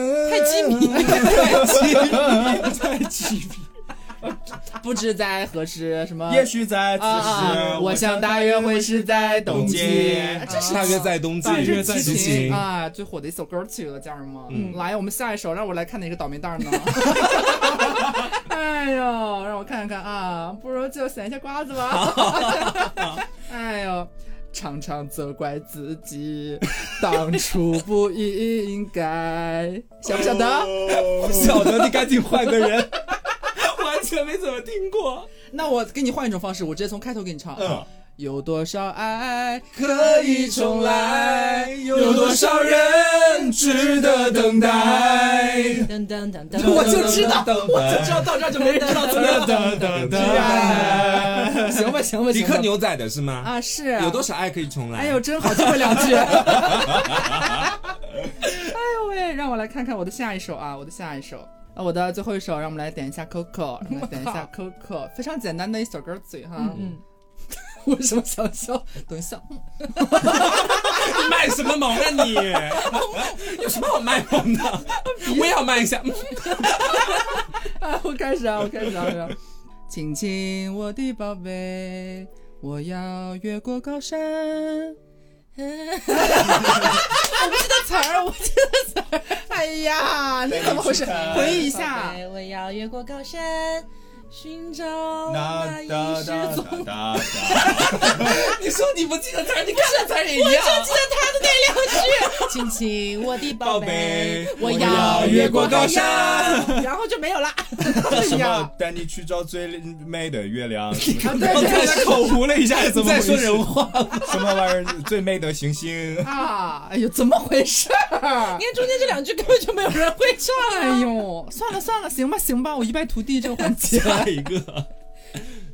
Speaker 1: 凄迷
Speaker 5: 太凄迷，
Speaker 3: 啊不知在何时，什么？
Speaker 5: 也许在此
Speaker 3: 啊啊！
Speaker 5: 时，
Speaker 3: 我想大约会是在冬
Speaker 5: 冬
Speaker 3: 季
Speaker 5: 季。
Speaker 3: 啊这是
Speaker 2: 大约在冬季，嗯
Speaker 5: 大约在
Speaker 2: 激
Speaker 5: 冬季
Speaker 2: 情。
Speaker 3: 啊，最火的一首歌曲了，家人们。
Speaker 5: 嗯
Speaker 3: 来，我们下一首，让我来看哪个倒霉蛋儿 呢？哎呦，让我看看啊，不如就选一下瓜 子吧。哎呦，常常责怪自己，当初不应该，晓不晓
Speaker 2: 哦
Speaker 3: 得？
Speaker 2: 小的，你赶紧换 个人。完全没怎么听过，
Speaker 3: 那我给你换一种方式，我直接从开头给你唱。
Speaker 5: 嗯
Speaker 3: 有多少爱
Speaker 2: 可以重来，有多少人值得等待？
Speaker 1: 噔噔噔噔，
Speaker 3: 哎我就知道，
Speaker 2: 我就知道到这儿就没人知道怎么样等等
Speaker 3: 哎行吧，行吧，
Speaker 2: 迪
Speaker 3: 行
Speaker 2: 克
Speaker 3: 吧。
Speaker 2: 牛仔的是吗？
Speaker 3: 啊，是啊
Speaker 2: 有多少爱可以重来？
Speaker 3: 哎呦，，真好，就会两句。 哎呦喂，让我来看看我的下一首啊，我的下一首啊，我的最后一首，让我们来点一下 Coco，让我们来点一下 Coco，非常简单的一首歌曲哈。
Speaker 1: 嗯，
Speaker 3: 为什么想笑？等一下，
Speaker 2: 你卖什么萌啊你？ 有什么好卖萌 的？我也要卖一下。嗯
Speaker 3: 啊，我开始啊，我开始啊，我开始啊。亲亲我的宝贝，我要越过高山。我不记得词儿，我不记得词儿。哎呀，你怎么回事？回忆一下。
Speaker 1: 宝贝我要越啊过高山，寻找那
Speaker 5: 哒
Speaker 1: 一
Speaker 5: 哒
Speaker 1: 失
Speaker 5: 哒
Speaker 1: 踪。
Speaker 5: 哒哒，
Speaker 2: 你说你不记得词儿，你看了词儿也一样。
Speaker 1: 记得他的那两句，亲亲我的宝贝，
Speaker 2: 宝贝
Speaker 3: 啊
Speaker 1: 要
Speaker 5: 越过
Speaker 1: 高
Speaker 5: 高山，
Speaker 1: 然后就没有啦。
Speaker 5: 什么带你去找最美的月亮，什
Speaker 3: 啊，
Speaker 5: 么
Speaker 3: 对
Speaker 2: 我
Speaker 3: 对对
Speaker 2: 才口胡了一下，怎么
Speaker 5: 在说人
Speaker 2: 话？
Speaker 5: 什么玩意儿最美的行星。
Speaker 3: 啊！哎呦，怎么回事儿
Speaker 1: 你？看中间这两句根本就没有人会唱。啊
Speaker 3: 哎呦，算了算了，行吧行吧，我一败涂地这个环节
Speaker 2: 下一个，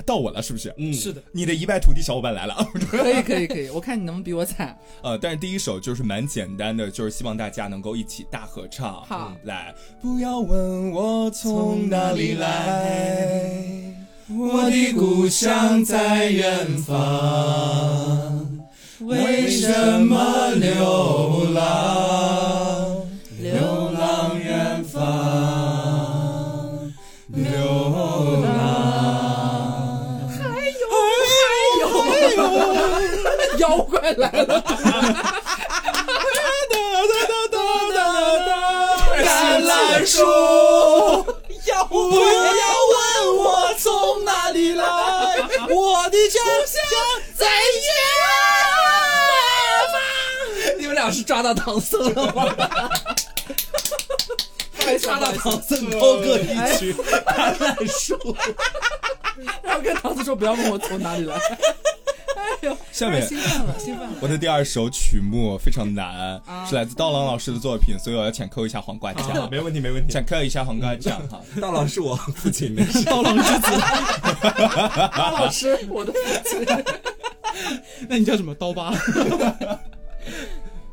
Speaker 5: 到我了，是不是？
Speaker 2: 嗯，
Speaker 5: 是
Speaker 2: 的，
Speaker 5: 你的一败涂地小伙伴来了。
Speaker 3: 可以可以可以，我看你能不能比我惨。
Speaker 5: 呃，但是第一首就是蛮简单的，就是希望大家能够一起大合唱。
Speaker 3: 好
Speaker 5: 嗯来，不要问我从哪里来，我的故乡在远方，为什么流浪？流浪远方，流浪。
Speaker 3: 妖怪来了，
Speaker 2: 橄榄树，要不要问我从哪里来？我的家乡在 远方。你们俩是抓到唐僧了吗？抓到唐僧高
Speaker 5: 哦
Speaker 2: 歌一曲《橄榄树》，
Speaker 3: 然后跟桃子说不要问我从哪里来。哎呦，
Speaker 5: 下面
Speaker 3: 兴奋了，兴奋了。
Speaker 5: 我的第二首曲目非常难，是来自刀郎老师的作品，所以我要浅抠一下黄瓜
Speaker 2: 好，
Speaker 5: 酱，
Speaker 2: 啊没问题，嗯没问题。
Speaker 5: 浅抠一下黄瓜酱哈。
Speaker 2: 大郎是我父亲，没事。
Speaker 4: 刀郎之子，
Speaker 5: 啊
Speaker 3: 巴啊老师，我的
Speaker 4: 那你叫什么？刀 疤？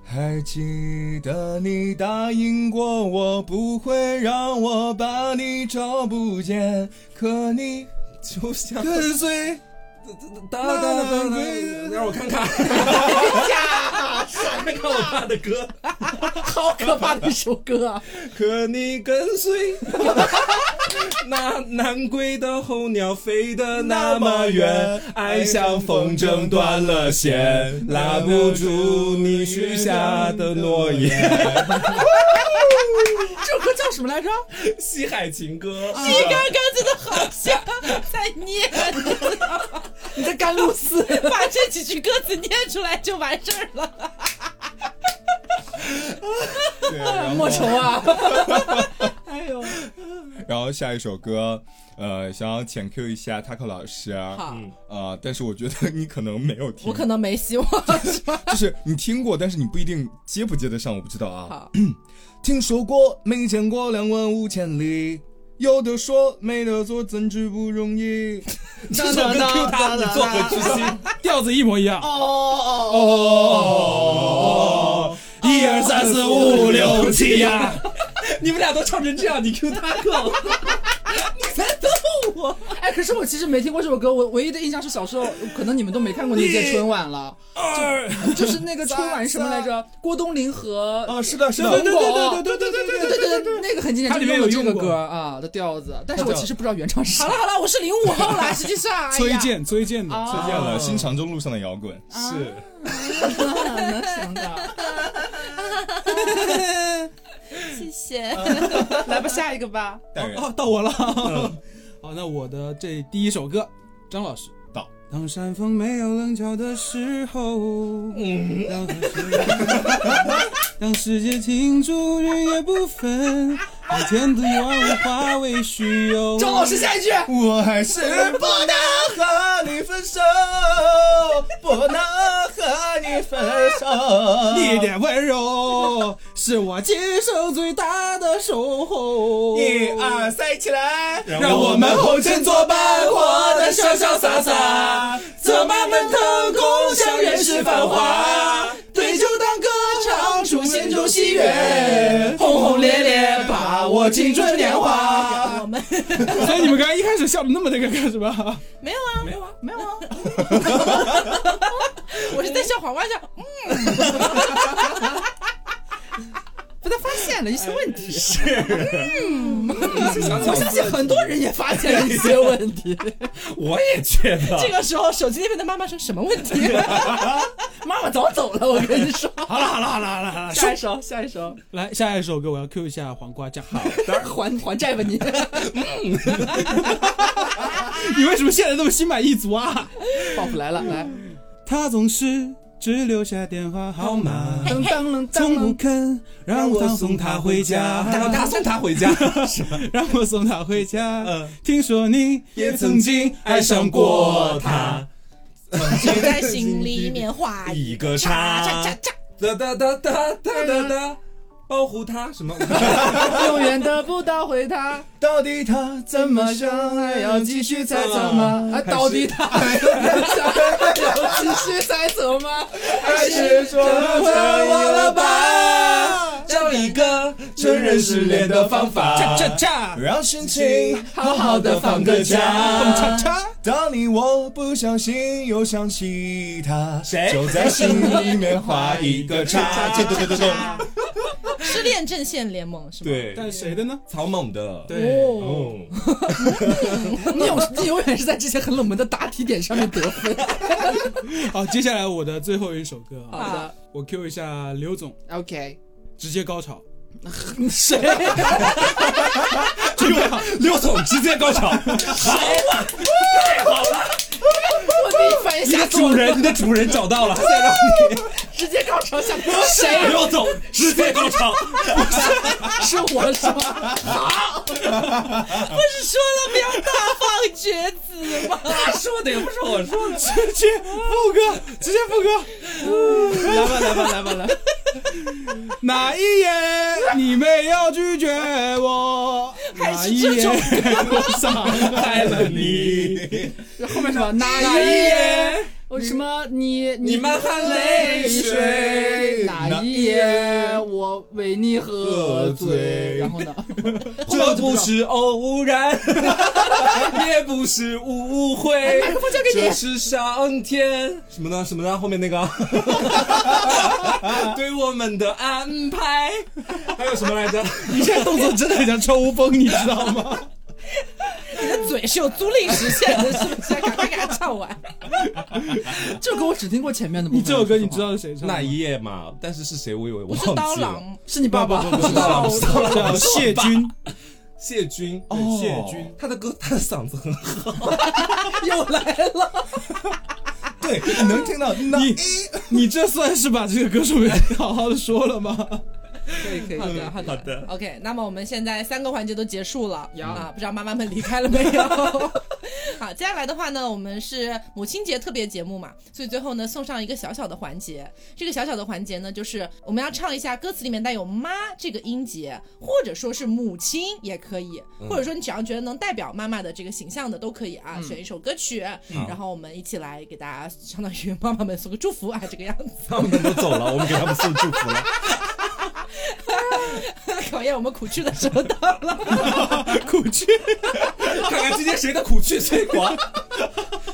Speaker 5: 还记得你答应过我，不会让我把你找不见，可你
Speaker 2: 就像
Speaker 5: 跟随。
Speaker 2: 哒哒哒哒哒，让我看看。呀，看看我爸的歌，
Speaker 3: 好可怕的一首歌啊！
Speaker 2: 可你跟 随那南归的候鸟飞得那么远，爱像风筝断了线，拉不住你许下的诺言。
Speaker 3: 这首歌叫什么来着？
Speaker 2: 西海情歌，
Speaker 1: 你刚刚真的好像在念，
Speaker 3: 你在甘露寺？
Speaker 1: 把这几句歌词念出来就完事儿了。
Speaker 5: 对然后
Speaker 3: 莫愁 啊！哎呦，
Speaker 5: 然后下一首歌，呃，想要浅 Q 一下 Taco 老师，
Speaker 3: 好，
Speaker 5: 呃，但是我觉得你可能没有听，
Speaker 1: 我可能没希望，是吧？
Speaker 5: 就是你听过，但是你不一定接不接得上，我不知道啊。
Speaker 3: 好，
Speaker 5: 听说过，没见过，两万五千里。有的说，没得做，真是不容易。
Speaker 2: 这首歌 Q 他，你做何居心？
Speaker 4: 调子一模一样。
Speaker 5: 哦，
Speaker 4: 一二三四五六七呀，
Speaker 2: 你们俩都唱成这样，你 Q 他够？
Speaker 3: 哎，可是我其实没听过这首歌，我唯一的印象是小时候，可能你们都没看过那届春晚了，就就是那个春晚什么来着？郭冬临和
Speaker 5: 啊，是的，是的，
Speaker 3: 对对对对
Speaker 5: 对对对对
Speaker 3: 对对对，那个很经典，
Speaker 4: 它
Speaker 3: 就
Speaker 4: 里面
Speaker 3: 用了
Speaker 4: 有
Speaker 3: 这个
Speaker 4: 用过
Speaker 3: 歌啊的调子，但是
Speaker 5: 它
Speaker 3: 我
Speaker 5: 叫
Speaker 3: 其实不知道原唱是啥。
Speaker 1: 好了好了，我是零五后了，实际上，哎
Speaker 4: 崔
Speaker 1: 呀，
Speaker 4: 健，崔健的，
Speaker 3: 啊
Speaker 5: 推荐了新长征路上的摇滚。
Speaker 2: 是。
Speaker 3: 能行的，
Speaker 1: 谢谢。
Speaker 3: 来吧，下一个 吧。
Speaker 5: 但是
Speaker 4: 哦，到我了。嗯好，那我的这第一首歌，张老师
Speaker 5: 到。
Speaker 4: 当山峰没有棱角的时候，当世界 当世界停住，日夜不分，海天的愿望化为虚有。
Speaker 3: 张老师，下一句。
Speaker 5: 我还是不能和你分手，不能和你分手。
Speaker 4: 一点温柔是我今生最大的收获。
Speaker 5: 一二三，起来！
Speaker 4: 让我们
Speaker 5: 红尘作伴，活得潇潇洒
Speaker 4: 洒，
Speaker 5: 策马奔腾，共
Speaker 4: 享人世繁华。
Speaker 5: 对酒当歌，唱出心中喜悦，
Speaker 4: 轰轰烈烈
Speaker 5: 把握青春年华。
Speaker 1: 我们
Speaker 4: 所以你们刚才一开始笑的那么那个干什么？
Speaker 1: 没有啊，没有啊，没有啊。我嗯是在笑黄瓜酱，
Speaker 3: 被他发现了一些问 题，嗯
Speaker 2: 想
Speaker 3: 我相信很多人也发现了一些问 题。
Speaker 2: 我也觉得
Speaker 1: 这个时候手机那边的妈妈说什么问 题？
Speaker 3: 妈妈早走了，我跟你说。
Speaker 4: 好了好了好了好了好了，
Speaker 3: 下一首，下一首，
Speaker 4: 来下一首歌，我要 Q 一下黄瓜酱。好，
Speaker 3: 还还债吧你。
Speaker 4: 你为什么现在那么心满意足啊？
Speaker 3: 报复来了，来。
Speaker 4: 他总是只留下电话号码，
Speaker 3: 噔噔噔
Speaker 4: 从不
Speaker 3: 噔。
Speaker 4: 肯让我送他回
Speaker 2: 让
Speaker 4: 家，
Speaker 2: 他送他回 家。呃
Speaker 4: 让我送他回家。听说你也曾经爱上过他。
Speaker 1: 就在心里面画 一
Speaker 2: 一个
Speaker 4: 哎
Speaker 1: 叉叉
Speaker 2: 叉
Speaker 1: 叉叉。
Speaker 2: 哒哒哒哒哒哒哒，保护他 什么？
Speaker 3: 永远得不到回答，
Speaker 5: 到底他怎么想？还要继续猜测吗？
Speaker 3: 啊，到底他要继续猜测吗？还是
Speaker 5: 说分我了吧？
Speaker 2: 找一个
Speaker 5: 承认失恋的方法，
Speaker 4: 恰
Speaker 5: 让心情
Speaker 3: 好好的放个
Speaker 4: 恰
Speaker 3: 假？
Speaker 4: 恰。
Speaker 5: 当你我不小心又想起他，
Speaker 2: 谁
Speaker 5: 就在心里面画一个叉。对对对对
Speaker 1: 失恋阵线联盟是吗？
Speaker 2: 对，
Speaker 4: 但谁的呢？
Speaker 2: 草蜢的。
Speaker 4: 对，
Speaker 2: 哦，
Speaker 3: 你永你永远是在这些很冷门的答题点上面得分。
Speaker 4: 好，接下来我的最后一首歌啊，
Speaker 3: 好的
Speaker 4: 我 Q 一下刘总，
Speaker 3: ，OK。
Speaker 4: 直接高潮。
Speaker 3: 谁？
Speaker 2: 刘刘总直接高 潮，
Speaker 3: 我第一反应
Speaker 2: 你
Speaker 3: 吓
Speaker 2: 的
Speaker 3: 死我
Speaker 2: 主
Speaker 3: 了，
Speaker 2: 人，你的主人找到了，
Speaker 3: 直接高潮下播。谁？
Speaker 2: 刘总直接高潮，
Speaker 3: 是我是吗？
Speaker 1: 不是说了不要大方绝 子吗？
Speaker 2: 他说的，也不是我说的。
Speaker 5: 直接副歌，直接副歌。
Speaker 2: 来吧，来吧，来吧，来。
Speaker 5: 哪一夜你没有拒绝我？
Speaker 1: 还
Speaker 5: 哪
Speaker 1: 是
Speaker 5: 一
Speaker 1: 这
Speaker 5: 夜
Speaker 1: 种
Speaker 5: 我伤害了你？
Speaker 3: 后面什么哪
Speaker 2: 哪一
Speaker 3: 一夜？
Speaker 2: 夜
Speaker 3: 我什么你
Speaker 2: 你漫含泪水？
Speaker 3: 哪一夜我为你喝醉？然后呢？
Speaker 2: 这不是偶然， 也不是误
Speaker 1: 哎
Speaker 2: 会，这是上天什么呢？什么呢？后面那个对我们的安排，还有什么来着？
Speaker 5: 你现在动作真的很像抽风，你知道吗？
Speaker 1: 你的嘴是有租赁实现的，是不是？赶快给他唱 完。
Speaker 3: 这首歌我只听过前面的部
Speaker 5: 你
Speaker 3: 分。
Speaker 5: 这首歌你知道是谁唱的吗？
Speaker 2: 那一夜嘛，但是是谁我以为
Speaker 1: 不
Speaker 2: 我忘
Speaker 1: 是
Speaker 2: 记
Speaker 1: 刀
Speaker 2: 了。
Speaker 1: 郎，
Speaker 3: 是你爸爸？
Speaker 5: 不知道了，不知道了。叫谢军，
Speaker 2: 谢军，
Speaker 5: 哦
Speaker 2: 对谢军，他的歌，他的嗓子很好，
Speaker 5: 对，你 能听到你，你这算是把这个歌手名 好好的说了吗？
Speaker 3: 可以可以。
Speaker 1: 好的，好的，
Speaker 2: 好的
Speaker 1: OK，那么我们现在三个环节都结束了啊，不知道妈妈们离开了没有？ 好，接下来的话呢，我们是母亲节特别节目嘛，所以最后呢送上一个小小的环节。这个小小的环节呢，就是我们要唱一下歌词里面带有“妈”这个音节，或者说是母亲也可以，或者说你只要觉得能代表妈妈的这个形象的都可以啊，选一首歌曲，然后我们一起来给大家相当于妈妈们送个祝福啊，这个样子
Speaker 2: 他们都走了，我们给他们送祝 福了。
Speaker 1: 考验我们苦趣的时候到了。
Speaker 5: 苦去，
Speaker 2: 看看今天谁的苦趣最 广，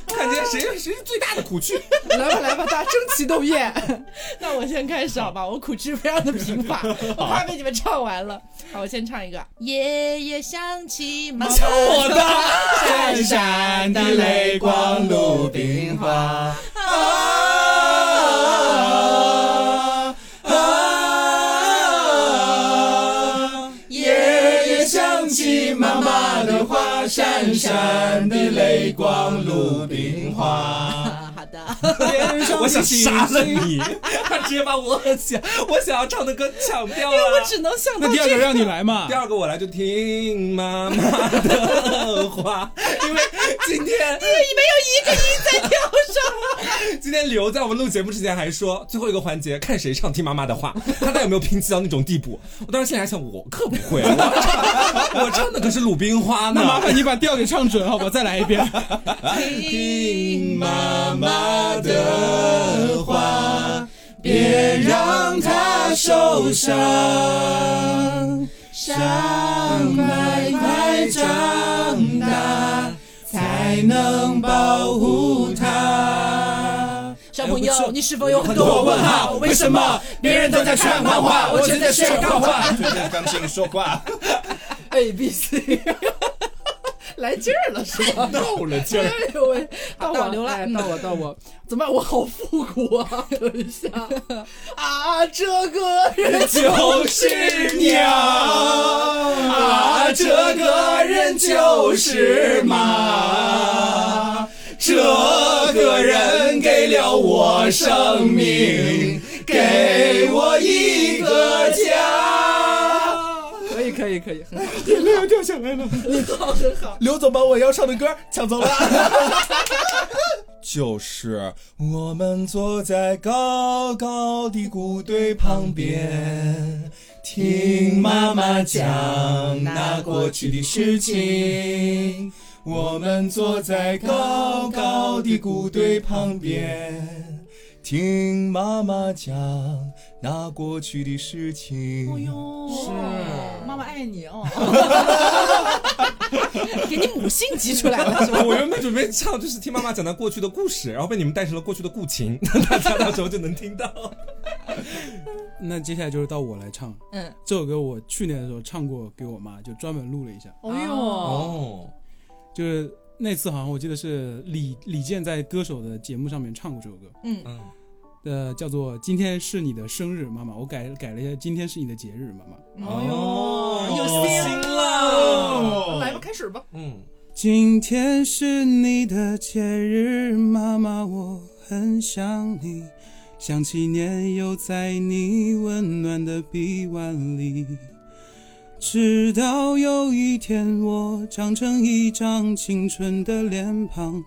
Speaker 2: 看今天谁谁是最大的苦趣。
Speaker 3: 来吧来吧，大家争奇斗艳。
Speaker 1: 那我先开始好吧，我苦吃非常的贫乏，我怕被你们唱完了。好，我先唱一个。夜夜想起 妈妈，
Speaker 2: 我的，
Speaker 4: 闪闪的泪光如冰 花。啊啊！夜夜想起妈妈的话，闪闪的泪光如冰花。
Speaker 1: 啊，好的，
Speaker 2: 我想杀了你！ 他直接把我想我想要唱的歌抢掉
Speaker 1: 我
Speaker 2: 了。
Speaker 1: 只能想到
Speaker 5: 那第二个
Speaker 1: 这
Speaker 5: 让你来嘛
Speaker 2: 第。二个我来就听妈妈的话，因为今天
Speaker 1: 没有一个音在调上。
Speaker 2: 今天刘在我们录节目之前还说最后一个环节看谁唱听妈妈的话，看他有没有拼气到那种地步。我当时现在还想，我可不会，我唱我唱的可是鲁冰花
Speaker 5: 那麻
Speaker 2: 呢。
Speaker 5: 烦你把调给唱准，好吧？再来一遍。
Speaker 1: 听
Speaker 4: 妈妈的话，别让她受伤，伤快快长大，才能保护她。
Speaker 1: 小朋友，你是否有很
Speaker 4: 多
Speaker 1: 多
Speaker 4: 问
Speaker 1: 问
Speaker 4: 号
Speaker 1: 号？
Speaker 4: 为
Speaker 1: 为
Speaker 4: 什
Speaker 1: 什
Speaker 4: 么
Speaker 1: 么
Speaker 4: 别
Speaker 1: 别
Speaker 4: 人
Speaker 1: 人
Speaker 4: 都
Speaker 1: 都
Speaker 4: 在
Speaker 1: 在
Speaker 4: 看
Speaker 1: 看
Speaker 4: 漫
Speaker 1: 漫
Speaker 4: 画
Speaker 1: 画，
Speaker 4: 我
Speaker 1: 我
Speaker 4: 正
Speaker 1: 正
Speaker 4: 在
Speaker 1: 在
Speaker 4: 炫
Speaker 1: 炫
Speaker 4: 漫
Speaker 1: 漫
Speaker 4: 画
Speaker 1: 画？
Speaker 5: 刚性说话
Speaker 3: A B C，来劲儿了是吧？
Speaker 5: 够了劲儿。
Speaker 3: 哎呦喂，到我
Speaker 1: 到刘了
Speaker 3: 哎到我到我，怎么办？我好复古啊！等一下啊，这个人
Speaker 4: 就是鸟啊，这个人就是马，这个人给了我生命，给我一个家。
Speaker 3: 可以可以可以，很好
Speaker 5: 眼泪要掉下来了。
Speaker 3: 很好。
Speaker 5: 刘总把我要唱的歌抢走了。就是我们坐在高高的谷堆旁边，
Speaker 4: 听妈妈讲那过去的事情。
Speaker 5: 我们坐在高高的谷堆旁边，听妈妈讲那过去的事情。
Speaker 3: 是妈妈爱 你哦。
Speaker 1: 给你母性激出来了是吧？
Speaker 2: 我原本准备唱就是听妈妈讲她过去的故事，然后被你们带成了过去的故情，大家到时候就能听到。
Speaker 7: 那接下来就是到我来唱
Speaker 1: 嗯，
Speaker 7: 这首歌，我去年的时候唱过给我妈，就专门录了一下。
Speaker 3: 哎呦，
Speaker 2: 哦，
Speaker 7: 就是那次好像我记得是李李健在歌手的节目上面唱过这首歌，
Speaker 2: 嗯，
Speaker 7: 呃，叫做《今天是你的生日，妈妈》，我改改了一下，《今天是你的节日，妈妈》。
Speaker 3: 哎
Speaker 2: 哦
Speaker 3: 有心
Speaker 2: 了，
Speaker 3: 来吧，开始吧。
Speaker 2: 嗯，
Speaker 7: 今天是你的节日，妈妈，我很想你。想起年幼在你温暖的臂弯里，
Speaker 4: 直到有一天，我长成一张青春的脸庞。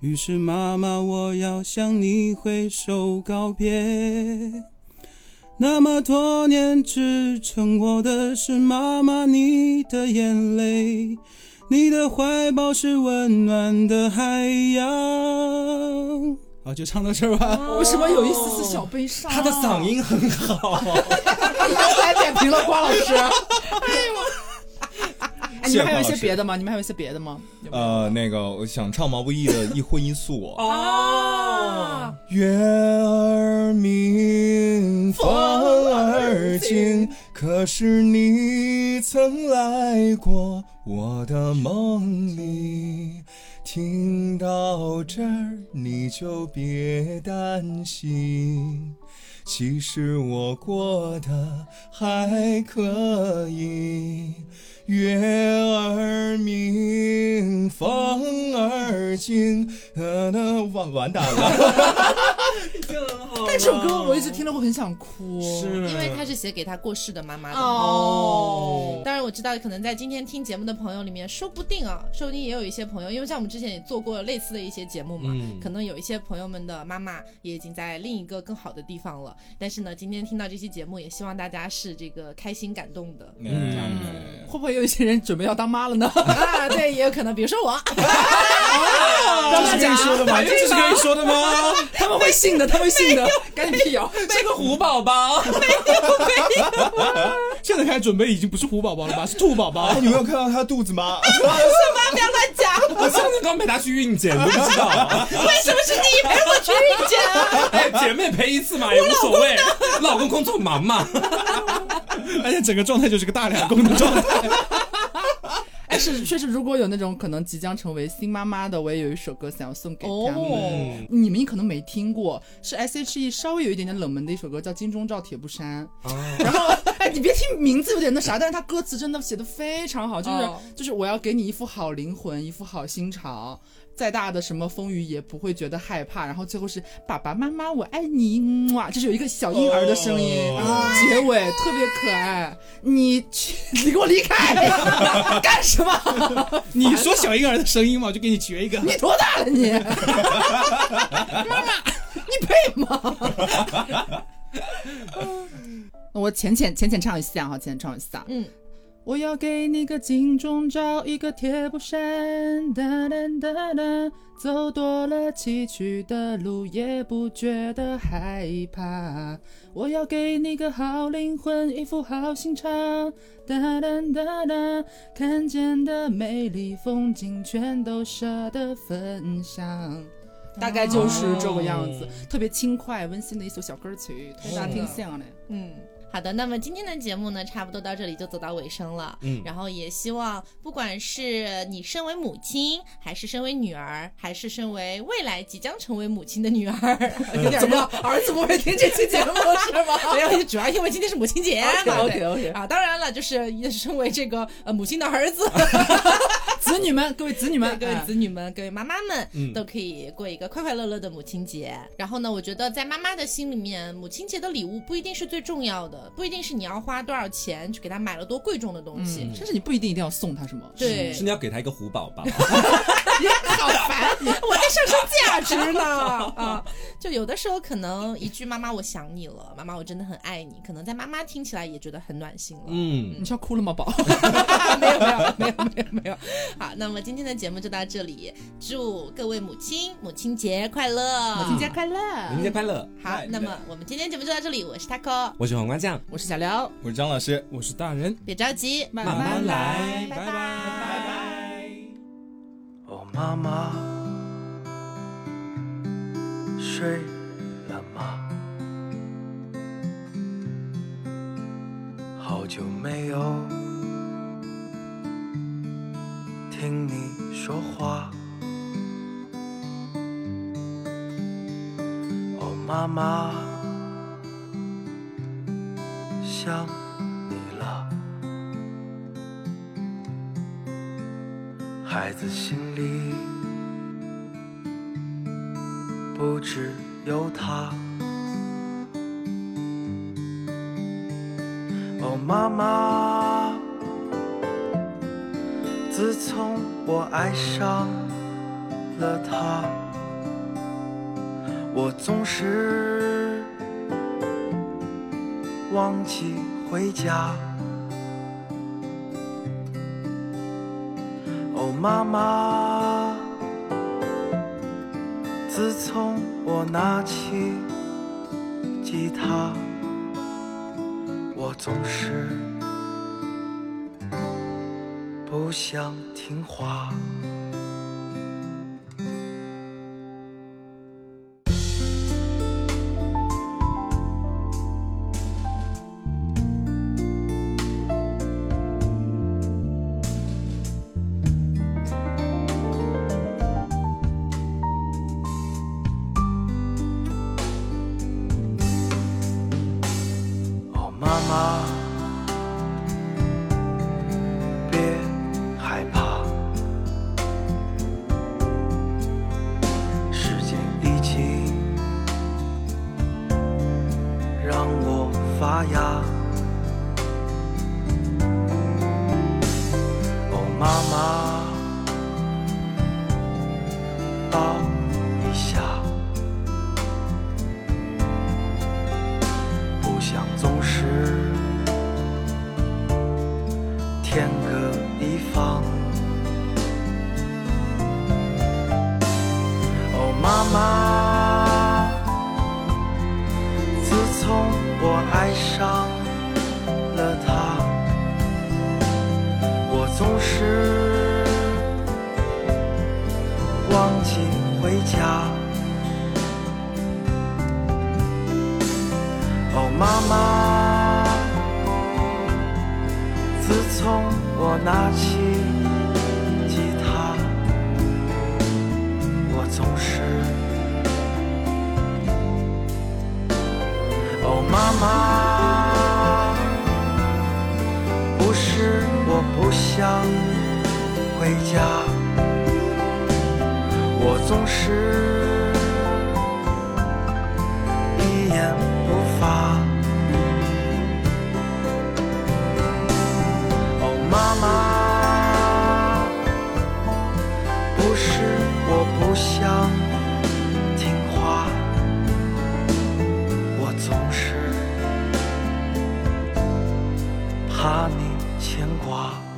Speaker 4: 于是妈妈，我要向你挥手告别。那么多年支撑我的是妈妈你的眼泪，你的怀抱是温暖的海洋。
Speaker 5: 啊
Speaker 4: 好，就唱到这儿吧。
Speaker 3: 为什么有一丝丝小悲伤？
Speaker 2: 他的嗓音很好，
Speaker 3: 你刚才点评了瓜老师。哎，你们还有一些别的吗？你们还有一些别的吗？有没有
Speaker 5: 呃，那个我想唱毛不易的《一荤一素》。
Speaker 2: 哦，
Speaker 5: 月儿明，风儿轻，可是你曾来过我的梦里。听到这儿，你就别担心，其实我过得还可以。月儿明，风儿轻，呃，那完完蛋了。
Speaker 3: 但这首歌我一直听了会很想哭。
Speaker 5: 嗯
Speaker 2: 是
Speaker 1: 因为他是写给他过世的妈妈的。
Speaker 3: 哦，
Speaker 1: 当然，我知道可能在今天听节目的朋友里面，说不定啊，说不定也有一些朋友，因为像我们之前也做过类似的一些节目嘛，
Speaker 2: 嗯
Speaker 1: 可能有一些朋友们的妈妈也已经在另一个更好的地方了。但是呢，今天听到这期节目，也希望大家是这个开心感动的。
Speaker 5: 嗯，
Speaker 3: 会不会有一些人准备要当妈了 呢？
Speaker 1: 啊，对，也有可能，比如说我，
Speaker 3: 当
Speaker 2: 这是跟你说的吗？这是跟你说的吗？
Speaker 3: 他们会信的，他们会 信的，赶紧辟谣。
Speaker 2: 这个虎宝宝，
Speaker 4: 现在开始准备已经不是虎宝宝了 吧，是兔宝宝
Speaker 5: 啊，。你没有看到他肚子吗？
Speaker 1: 不要乱讲，
Speaker 2: 我上次刚陪他去孕检，你都不知 道。
Speaker 1: 为 什么是你陪我去孕检啊？
Speaker 2: 哎，姐妹陪一次嘛也无所谓，老公工作忙嘛。
Speaker 4: 而且整个状态就是个大两公的状态。
Speaker 3: 哎，是确实，如果有那种可能即将成为新妈妈的，我也有一首歌想要送给他们。
Speaker 1: 哦
Speaker 3: 你们可能没听过，是 S.H.E 稍微有一点点冷门的一首歌，叫《金钟罩铁布衫》。 然后，哎，你别听名字有点那啥，但是它歌词真的写的非常好，就是、
Speaker 1: 哦
Speaker 3: 就是我要给你一副好灵魂，一副好心肠，再大的什么风雨也不会觉得害怕。然后最后是爸爸妈妈我爱你，嗯哇，就是有一个小婴儿的声音，
Speaker 5: 哦
Speaker 3: 结尾特别可爱。你去， 你给我离开，干什么？
Speaker 4: 你说小婴儿的声音嘛，我就给你学一个。
Speaker 3: 你多大了你？ 妈妈，你配吗？ 我浅浅浅浅唱一下哈，浅浅唱一下。
Speaker 1: 嗯，
Speaker 3: 我要给你个金钟罩，一个铁布衫，哒哒哒哒，走多了崎岖的路也不觉得害怕。我要给你个好灵魂，一副好心肠，哒哒哒哒，看见的美丽风景全都舍得分享。大概就是这个样子，特别轻快温馨的一首小歌曲，推大家听响嘞。
Speaker 1: 嗯，好的，那么今天的节目呢，差不多到这里就走到尾声了。
Speaker 2: 嗯
Speaker 1: 然后也希望，不管是你身为母亲，还是身为女儿，还是身为未来即将成为母亲的女儿， 有点绕，儿子不会听这期节目是吗？没有，主要因为今天是母亲节嘛。对
Speaker 3: OK，
Speaker 1: 啊，当然了，就是也身为这个呃母亲的儿子，
Speaker 3: 子女们，各位子女们，
Speaker 1: 各位
Speaker 3: 哎
Speaker 1: 子女们、各位妈妈们、
Speaker 2: 嗯
Speaker 1: 都可以过一个快快乐乐的母亲节。然后呢，我觉得在妈妈的心里面，母亲节的礼物不一定是最重要的，不一定是你要花多少钱去给她买了多贵重的东西。
Speaker 3: 甚至你不一定一定要送他什么，
Speaker 1: 对
Speaker 2: 是，你要给他一个虎宝宝，
Speaker 1: 好 烦，我在上升价值 呢啊！就有的时候可能一句“妈妈，我想你了”，“妈妈，我真的很爱你”，可能在妈妈听起来也觉得很暖心了。啊
Speaker 2: 嗯，
Speaker 3: 你是要哭了吗，宝？
Speaker 1: 没有没有没有没有没有。好，那么今天的节目就到这里，祝各位母亲母亲节快乐，母亲节快乐。
Speaker 2: 母亲节快乐。
Speaker 1: 好，那么我们今天节目就到这里，我是 Taco，
Speaker 2: 我是黄瓜酱，
Speaker 3: 我是小廖，
Speaker 5: 我是张老师，
Speaker 4: 我是大人，
Speaker 1: 别着急，
Speaker 3: 慢
Speaker 2: 慢慢来，
Speaker 1: 拜拜。
Speaker 8: 哦，妈妈，睡了吗？好久没有听你说话。哦，妈妈，想你了。孩子心里不只有他。哦，妈妈，自从我爱上了他，我总是忘记回家。哦，妈妈，自从我拿起吉他，我总是不想听话。哦，妈妈，别害怕，时间已经让我发芽。哦，妈妈，抱一下。不想总是天各一方。哦，妈妈，自从我爱上了他，我总是忘记回家。哦，妈妈，自从我拿起吉他，我总是。哦，妈妈，不是我不想回家，我总是。一言不发。哦，妈妈，不是我不想听话，我总是怕你牵挂。